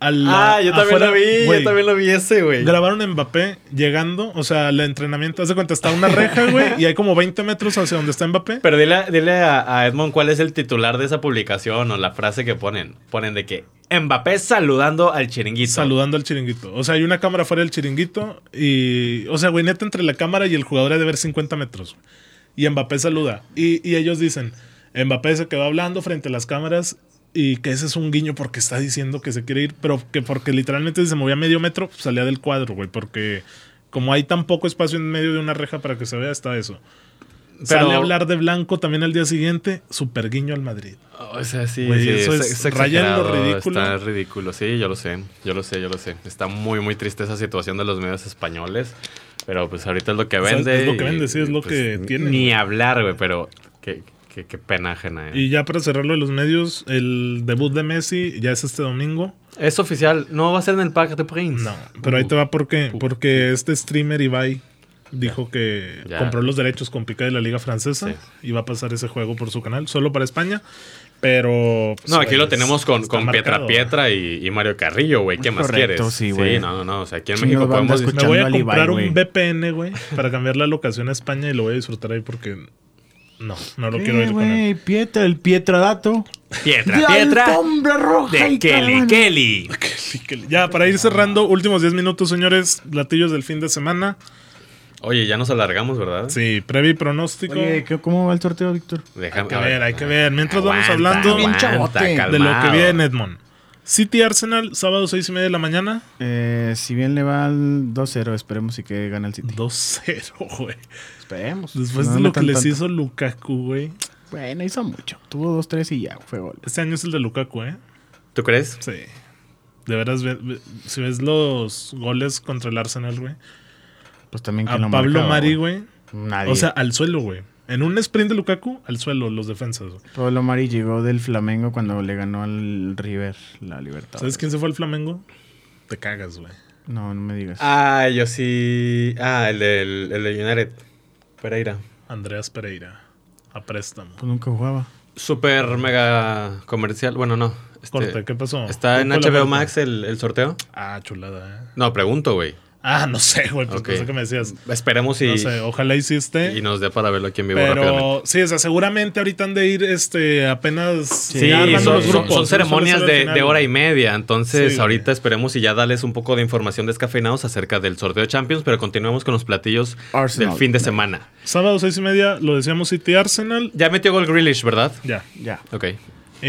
a la-
Ah, yo también
afuera,
lo vi,
güey.
yo también lo vi ese, güey.
Grabaron a Mbappé llegando, o sea, el entrenamiento, haz de cuenta, está una reja, güey, y hay como 20 metros hacia donde está Mbappé.
Pero dile, dile a, a Edmond cuál es el titular de esa publicación o la frase que ponen. Ponen de que Mbappé saludando al chiringuito.
Saludando al chiringuito. O sea, hay una cámara fuera del chiringuito y. O sea, güey, neta, entre la cámara y el jugador ha de ver 50 metros. güey. Y Mbappé saluda. Y, y ellos dicen: Mbappé se quedó hablando frente a las cámaras y que ese es un guiño porque está diciendo que se quiere ir, pero que porque literalmente si se movía medio metro, pues, salía del cuadro, güey, porque. Como hay tan poco espacio en medio de una reja para que se vea, está eso.
Pero-
Sale a hablar de blanco también al día siguiente, super guiño al Madrid.
Oh, O sea, sí,
Güey,
sí,
eso
es-
es-
es
raya en lo
exagerado,
ridículo.
Está ridículo, sí, yo lo sé, yo lo sé, yo lo sé. Está muy, muy triste esa situación de los medios españoles, pero pues ahorita es lo que
O sea,
vende.
es lo que
y, pues,
vende, sí, es lo que tienen,
Ni
güey.
hablar, güey, pero qué, qué, qué pena ajena. eh.
Y ya para cerrarlo de los medios, el debut de Messi ya es este domingo.
Es oficial, no va a ser en el Parque de Prince.
No, pero ahí te va porque, porque este streamer Ibai dijo que
Ya.
compró los derechos con Pica de la Liga Francesa
Sí.
y va a pasar ese juego por su canal, solo para España. Pero. pues,
No, aquí
güey,
lo tenemos con,
está
con Pietra
marcado.
Pietra y, y Mario Carrillo, güey. ¿Qué más
Correcto,
quieres?
sí, güey.
no, no, no. O sea, aquí en
Sí,
México
nos van
podemos.
desde-
Me voy a
Escuchando al
comprar
Ibai,
un
güey.
VPN, güey, para cambiar la locación a España y lo voy a disfrutar ahí porque. No, no lo
Eh,
quiero ir con él.
güey, Pietra, el Pietradato.
Pietra,
De
Pietra.
alfombra roja
De
y
Kelly,
caravana.
Kelly.
Sí, que- Ya, para ir cerrando, últimos 10 minutos, señores, latillos del fin de semana.
Oye, ya nos alargamos, ¿verdad?
Sí, previo y pronóstico.
Oye, ¿qué- ¿cómo va el sorteo, Víctor?
Déjame,
Hay que
a
ver, hay que ver. Mientras vamos hablando
Bien chavote. de
de lo que
calmado.
viene, Edmond. City Arsenal, sábado 6 y media de la mañana.
Eh, si bien le va al 2-0, esperemos y que gane el City.
2-0, güey.
Esperemos.
Después
No,
de
no
lo que
tan
les
tanto.
hizo Lukaku, güey.
Bueno, hizo mucho. Tuvo 2-3 y ya, fue gol.
Este año es el de Lukaku, ¿eh?
¿Tú crees?
Sí. De veras, ve- ve- si ves los goles contra el Arsenal, güey.
Pues también
A
que lo
Pablo Mari, güey.
Nadie.
O sea, al suelo, güey. En un sprint de Lukaku, al suelo, los defensas. güey.
Pablo Mari llegó del Flamengo cuando le ganó al River la libertad.
¿Sabes quién se fue al Flamengo? Te cagas, güey.
No, no me digas.
Ah, yo sí. Ah, el del el de United. Pereira.
Andreas Pereira. A préstamo.
Pues nunca jugaba.
Super mega comercial. Bueno, no. este,
Corte, ¿qué pasó?
¿Está en
¿Cuál fue la
HBO
puerta?
Max el, el sorteo?
Ah, chulada, eh.
No, pregunto, güey.
Ah, no sé, güey, pues
Ok.
pensé que me decías.
Esperemos y,
No sé, ojalá hiciste.
y nos dé para verlo aquí en vivo rápidamente.
pero sí, o sea, seguramente ahorita han de ir este, apenas.
Sí,
ya armando
son,
los
son-
grupos,
son
no
ceremonias
solo es
de,
el
de
final.
hora y media. Entonces,
Sí,
ahorita
güey.
esperemos y ya darles un poco de información descafeinados acerca del sorteo de Champions, pero continuemos con los platillos
Arsenal.
del fin de semana.
Sábado, seis y media, lo decíamos City Arsenal.
Ya metió gol Grealish, ¿verdad?
Ya.
Ya.
Ok.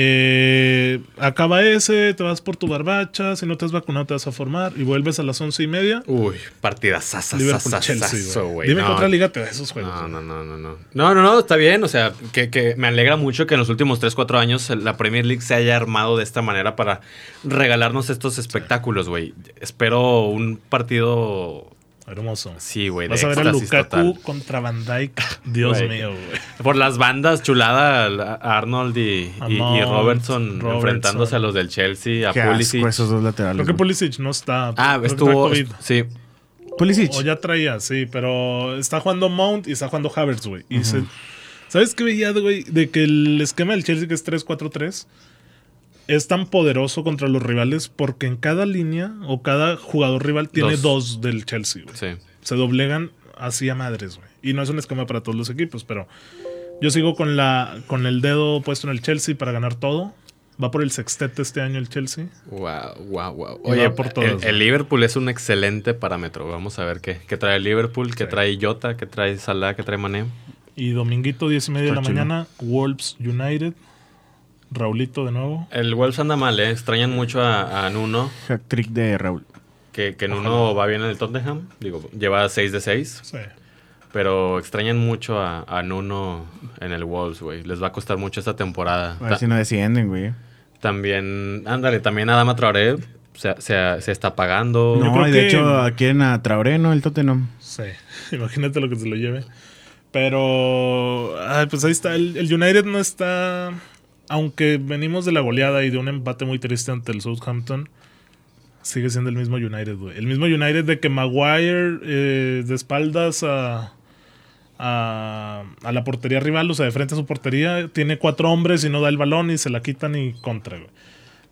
Eh, acaba ese, te vas por tu barbacha. Si no te has vacunado, te vas a formar. Y vuelves a las once y media.
Uy, partida sasa,
Liverpool,
sasa,
Chelsea.
saso,
güey.
güey.
Dime que
No,
otra liga te da esos juegos.
No,
güey.
no, no, no, no. No, no, no, está bien. O sea, que, que me alegra mucho que en los últimos 3, 4 años la Premier League se haya armado de esta manera para regalarnos estos espectáculos, güey. Espero un partido...
Hermoso.
Sí, güey. de
Vas a ver a
éxtasis
Lukaku
total.
contra Van Dyke. Dios
Güey.
mío, güey.
Por las bandas chulada, la- Arnold y, y- y
Mount,
Robertson,
Robertson.
enfrentándose a los del Chelsea, a
Qué asco
Pulisic.
esos dos laterales.
Creo que
güey.
Pulisic no está.
Ah,
Creo que trae
estuvo...
COVID.
Sí,
Pulisic.
O ya traía, sí, pero está jugando Mount y está jugando Havertz, güey. Y se- ¿Sabes qué veía, güey? De que el esquema del Chelsea, que es 3-4-3, es tan poderoso contra los rivales porque en cada línea o cada jugador rival tiene
Dos.
dos, del Chelsea, güey.
Sí.
Se doblegan así a madres, güey. Y no es un esquema para todos los equipos, pero yo sigo con, la, con el dedo puesto en el Chelsea para ganar todo. Va por el sextete este año el Chelsea.
Wow, wow, wow.
Y
Oye,
va por
el,
todos.
el Liverpool es un excelente parámetro. Vamos a ver qué, qué trae el Liverpool, qué
Sí.
trae Jota, qué trae Salah, qué trae Mané.
Y dominguito, 10 y media de
Está
la
chido.
mañana, Wolves United. Raulito de nuevo.
El Wolves anda mal, ¿eh? Extrañan mucho a, a Nuno,
Hack trick de Raúl.
que, que Nuno va bien en el Tottenham. Digo, lleva 6 de 6,
Sí.
pero extrañan mucho a, a Nuno en el Wolves, güey. Les va a costar mucho esta temporada.
A ver
Ta-
si no descienden, güey.
También, ándale, también Adama Traoré se, se- se está pagando.
Yo
No,
creo
y de
que-
hecho quieren a Traoré, ¿no? El Tottenham.
Sí, imagínate lo que se lo lleve. Pero, ay, pues ahí está. El, el United no está. Aunque venimos de la goleada y de un empate muy triste ante el Southampton, sigue siendo el mismo United, güey. El mismo United de que Maguire eh, de espaldas a, a, a la portería rival, o sea, de frente a su portería, tiene cuatro hombres y no da el balón y se la quitan y contra, güey.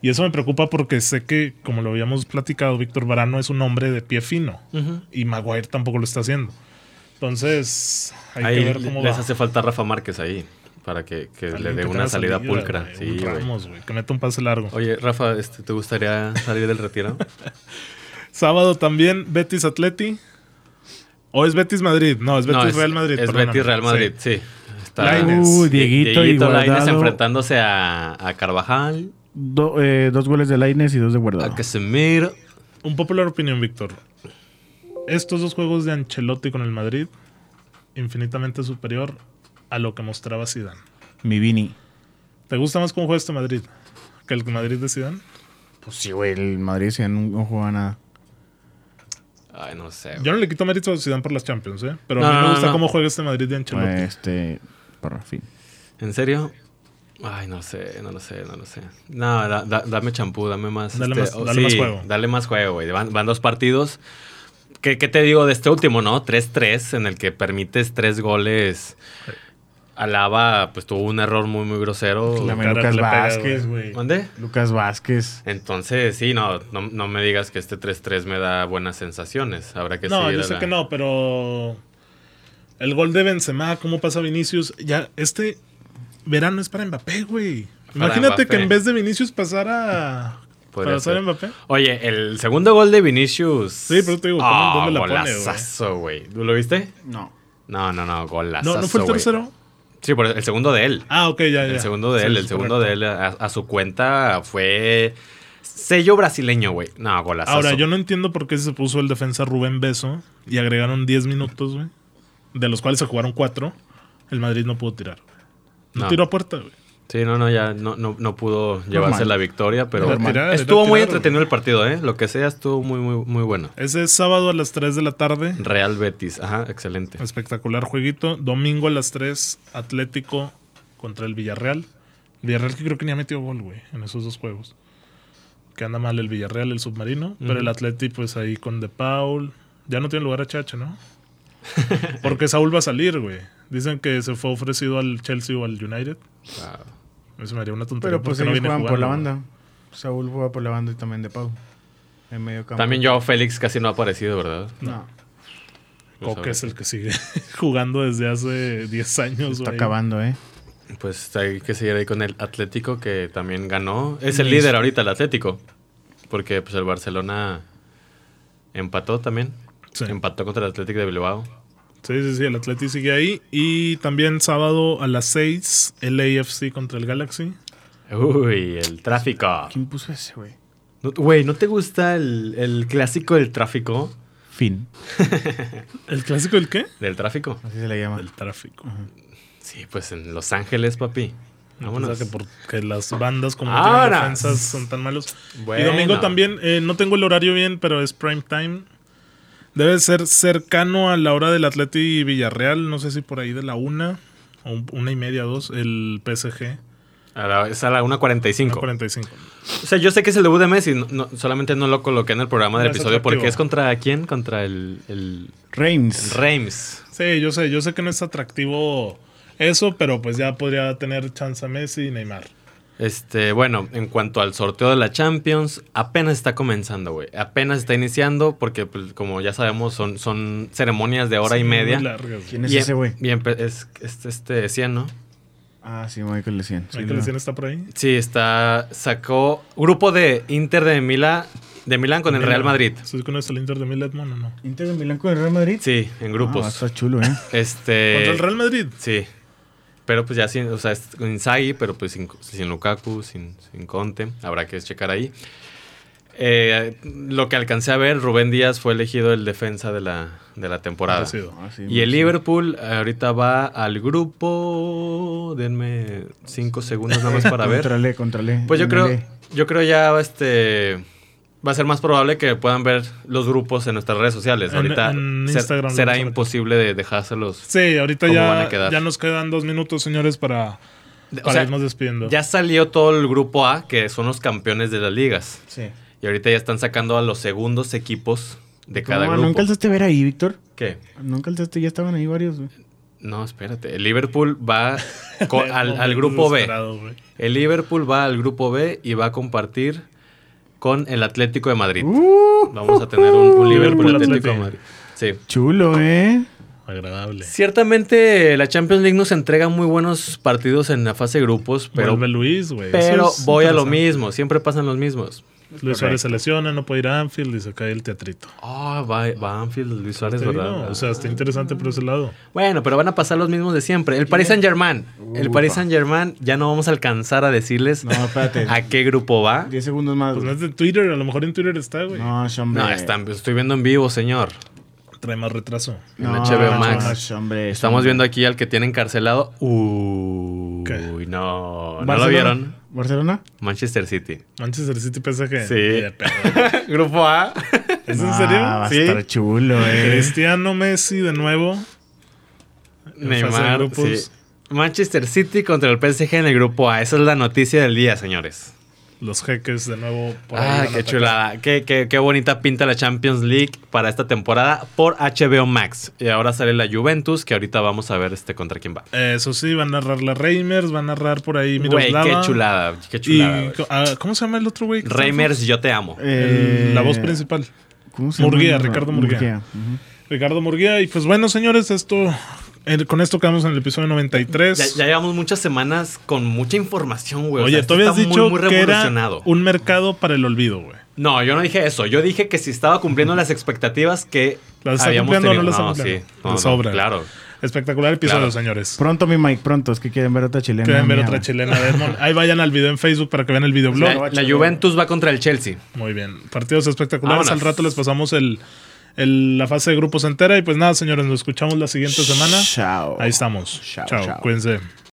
Y eso me preocupa porque sé que, como lo habíamos platicado, Víctor Varano es un hombre de pie fino
Ujú.
y Maguire tampoco lo está haciendo. Entonces, hay
Ahí
que ver cómo
les
va.
hace falta Rafa Márquez ahí para que, que le
Alguien
dé
que
una
tenga
salida
salida,
pulcra.
güey,
Sí,
un
güey.
Ramos, güey, que meta un pase largo.
Oye, Rafa, este, ¿te gustaría salir del retiro?
Sábado también, Betis Atleti. ¿O es Betis Madrid? No, es Betis Real Madrid.
Es
perdóname.
Betis Real Madrid,
Sí.
sí. Está
Lainez.
Uh,
Die-
Dieguito,
Ah, Lainez
Igualdado.
enfrentándose a, a Carvajal,
Do- eh, dos goles de Laines y dos de Guardado.
a Casemiro.
Un popular opinión, Víctor. Estos dos juegos de Ancelotti con el Madrid, infinitamente superior a lo que mostraba Zidane.
Mi Vini.
¿Te gusta más cómo juega este Madrid que el Madrid de Zidane?
Pues sí, güey. El Madrid sí, no, no juega nada.
Ay, no sé. güey.
Yo no le quito mérito a Zidane por las Champions, ¿eh? Pero
No,
a mí
no, no,
me gusta
no.
cómo juega este Madrid de Ancelotti.
Pues, este. Por fin.
¿En serio? Ay, no sé, no lo sé, no lo sé. No, da- da- dame champú, dame más. este, oh,
Dale más- dale más juego.
Dale más juego, güey. Van, van dos partidos. ¿Qué, qué te digo de este último, no? 3-3, en el que permites tres goles. Alaba, pues tuvo un error muy, muy grosero.
La
Dame
cara que
Lucas
le pega,
Vázquez,
güey.
¿Mande?
Lucas Vázquez.
Entonces, sí, no, no, no me digas que este 3-3 me da buenas sensaciones. Habrá que
No,
seguir
yo
a
sé
la-
que no, pero el gol de Benzema, cómo pasa Vinicius, ya este verano es para Mbappé, güey.
Para
Imagínate que
Mbappé.
en vez de Vinicius pasara
Podría
para ser
ser.
Mbappé.
Oye, el segundo gol de Vinicius.
Sí, pero te digo, ¿cómo-
Ah,
dónde la pone, güey?
golazazo, güey. ¿Tú lo viste?
No.
No, no, no, golazazo.
No, no fue el
güey.
tercero.
Sí, pero el segundo de él.
Ah, ok, ya, ya.
el segundo de
Sí,
él,
sí,
el segundo
correcto.
de él a, a su cuenta fue sello brasileño, güey. No, golazazo.
Ahora, yo no entiendo por qué se puso el defensa Rubén Beso y agregaron 10 minutos, güey, de los cuales se jugaron 4. El Madrid no pudo tirar. No,
No.
tiró a puerta, güey.
Sí, no, no, ya no, no, no pudo llevarse
Normal.
la victoria, pero
Era tirar, era
estuvo muy
tirar,
entretenido el partido, ¿eh? Lo que sea, estuvo muy, muy, muy bueno.
Ese es sábado a las 3 de la tarde.
Real Betis, ajá, excelente.
Pues, Espectacular jueguito. Domingo a las 3, Atlético contra el Villarreal. Villarreal que creo que ni ha metido gol, güey, en esos dos juegos. Que anda mal el Villarreal, el submarino. Pero
Ujú.
el Atlético, pues ahí con De Paul. Ya no tiene lugar a Chacha, ¿no? Porque Saúl va a salir, güey. Dicen que se fue ofrecido al Chelsea o al United.
Wow.
Eso me haría una tontería.
Pero pues
porque no
ellos
viene
juegan por la
jugando,
banda. Saúl juega por la banda y también de Pau. En medio campo.
También Joao Félix casi no ha aparecido, ¿verdad?
No.
güey. Coque es el que sigue jugando desde hace 10 años,
Está
güey.
acabando, ¿eh?
Pues hay que seguir ahí con el Atlético que también ganó. Es el
Listo.
líder ahorita el Atlético. Porque pues el Barcelona empató también.
Sí.
Empató contra el Atlético de Bilbao.
Sí, sí, sí, el Atleti sigue ahí. Y también sábado a las 6, el AFC contra el Galaxy.
Uy, el tráfico.
¿Quién puso ese, güey?
No- Güey, ¿no te gusta el, el clásico del tráfico?
Fin.
¿El clásico del qué?
¿Del tráfico?
Así se le llama.
Del Ah, tráfico.
Sí, pues en Los Ángeles, papi.
O
Vámonos.
sea, pues, que porque las bandas como no
Ahora.
tienen defensas son tan malos.
Bueno.
Y domingo también, eh, no tengo el horario bien, pero es prime time. Debe ser cercano a la hora del Atleti Villarreal, no sé si por ahí de la una o un- una y media, dos, el PSG.
A la- es a la 1.45.
45.
O sea, yo sé que es el debut de Messi, no- no- solamente no lo coloqué en el programa del
No es
episodio porque
atractivo.
es contra quién? Contra el, el
Reims.
Reims.
Sí, yo sé, yo sé que no es atractivo Eso, pero pues ya podría tener chance a Messi y Neymar.
Este, bueno, en cuanto al sorteo de la Champions, apenas está comenzando, güey. Apenas está iniciando porque, pues, como ya sabemos, son, son ceremonias de hora y
Son muy
media.
largas, güey.
¿Quién es
Y em-
ese güey?
y empe- es este, este Cien, ¿no?
Ah, sí, Michael Essien. sí,
Michael
no.
Essien está por ahí.
Sí, está. Sacó grupo de Inter de Milán, de Milán con el Real Madrid.
¿Estás con esto el Inter de Milán, mono, no?
¿Inter de Milán con el Real Madrid?
Sí, en
Ah,
grupos.
está chulo, ¿eh?
este.
¿Contra el Real Madrid?
Sí. Pero pues ya sin, o sea, es con Inzaghi, pero pues sin, sin Lukaku, sin, sin Conte. Habrá que checar ahí. Eh, lo que alcancé a ver, Rubén Díaz fue elegido el defensa de la, de la temporada.
Merecido.
Ah, sí,
Y el
sí.
Liverpool ahorita va al grupo. Denme cinco segundos nada más para ver.
Contrale, contrale.
Pues yo creo,
Ándale.
yo creo ya este va a ser más probable que puedan ver los grupos en nuestras redes sociales.
En-
Ahorita
en
ser-
Instagram lo
será
vamos a meter.
imposible de dejárselos.
Sí, ahorita
¿Cómo van a
ya,
quedar?
ya nos quedan dos minutos, señores, para,
De- o
para
sea,
irnos despidiendo.
ya salió todo el grupo A, que son los campeones de las ligas.
Sí.
Y ahorita ya están sacando a los segundos equipos de cada
No,
grupo.
¿Nunca alzaste a ver ahí, Víctor?
¿Qué?
Nunca alzaste, ya estaban ahí varios, güey.
No, espérate. El Liverpool va co- al,
Momento
al grupo B.
desesperado, güey.
El Liverpool va al grupo B y va a compartir con el Atlético de Madrid. Vamos a tener un,
Uh.
un Liverpool
Liverpool
Atlético de
Atlético.
Madrid. Sí.
Chulo, ¿eh?
Agradable.
Ciertamente la Champions League nos entrega muy buenos partidos en la fase de grupos, pero,
Vuelve Luis, güey.
pero
Eso es
voy a lo
interesante.
mismo, siempre pasan los mismos.
Luis Suárez se lesiona, no puede ir a Anfield y se cae el teatrito.
Ah, va, va Anfield, Luis Suárez,
Te
¿verdad?
digo, o sea, está interesante por ese lado.
Bueno, pero van a pasar los mismos de siempre. El Paris Saint Germain. El Paris
Upa.
Saint Germain ya no vamos a alcanzar a decirles
No, espérate.
a qué grupo va.
10 segundos más.
Pues no
güey.
es de Twitter, a lo mejor en Twitter está, güey.
No, hombre.
No, están- estoy viendo en vivo, señor.
Trae más retraso.
en HBO Max.
hombre,
Estamos
hombre.
viendo aquí al que tiene encarcelado. Uy,
¿Qué?
no. ¿No lo
¿Barcelona?
vieron?
¿Barcelona?
Manchester City.
Manchester City PSG.
Sí.
Ni de pedo.
Grupo A.
¿Es en
Ah,
serio?
Va a
Sí.
estar chulo, ¿eh?
Cristiano Messi de nuevo. En fase de
Neymar. sí.
grupos.
Manchester City contra el PSG en el grupo A. Esa es la noticia del día, señores.
Los jeques de nuevo. por ahí van a
Ah, qué
atacar.
chulada. Qué, qué- qué bonita pinta la Champions League para esta temporada por HBO Max. Y ahora sale la Juventus, que ahorita vamos a ver este contra quién va.
Eso sí, van a narrar la Reimers, van a narrar por ahí
Güey,
Miroslava.
qué chulada. Qué
Y,
chulada. güey.
ah, ¿Cómo se llama el otro güey? que está
Reimers, yo te amo.
El-
Eh,
La voz principal.
¿Cómo se llama?
Murguía, Ricardo Murguía.
ujú.
Ricardo Murguía. Y pues bueno, señores, esto. el- con esto quedamos en el episodio 93.
Ya, ya llevamos muchas semanas con mucha información, güey. O
Oye,
sea,
tú
esto
habías
está muy,
dicho
muy
que era
revolucionado.
un mercado para el olvido, güey.
No, yo no dije eso. Yo dije que si estaba cumpliendo las expectativas que
¿Las está
habíamos
cumpliendo o no
tenido.
las está
sí.
cumpliendo?
No,
De
no,
sobra.
claro.
Espectacular episodio,
Claro.
señores.
Pronto, mi Mike, pronto. Es que quieren ver otra chilena.
Quieren ver
mía,
otra
güey.
chilena de Edmond. Ahí vayan al video en Facebook para que vean el videoblog.
La, la Juventus va contra el Chelsea.
Muy bien. Partidos espectaculares.
Vámonos.
Al rato les pasamos el, el- la fase de grupos entera. Y pues nada, señores, nos escuchamos la siguiente semana.
Chao.
Ahí estamos.
Chao,
chao.
chao.
Cuídense.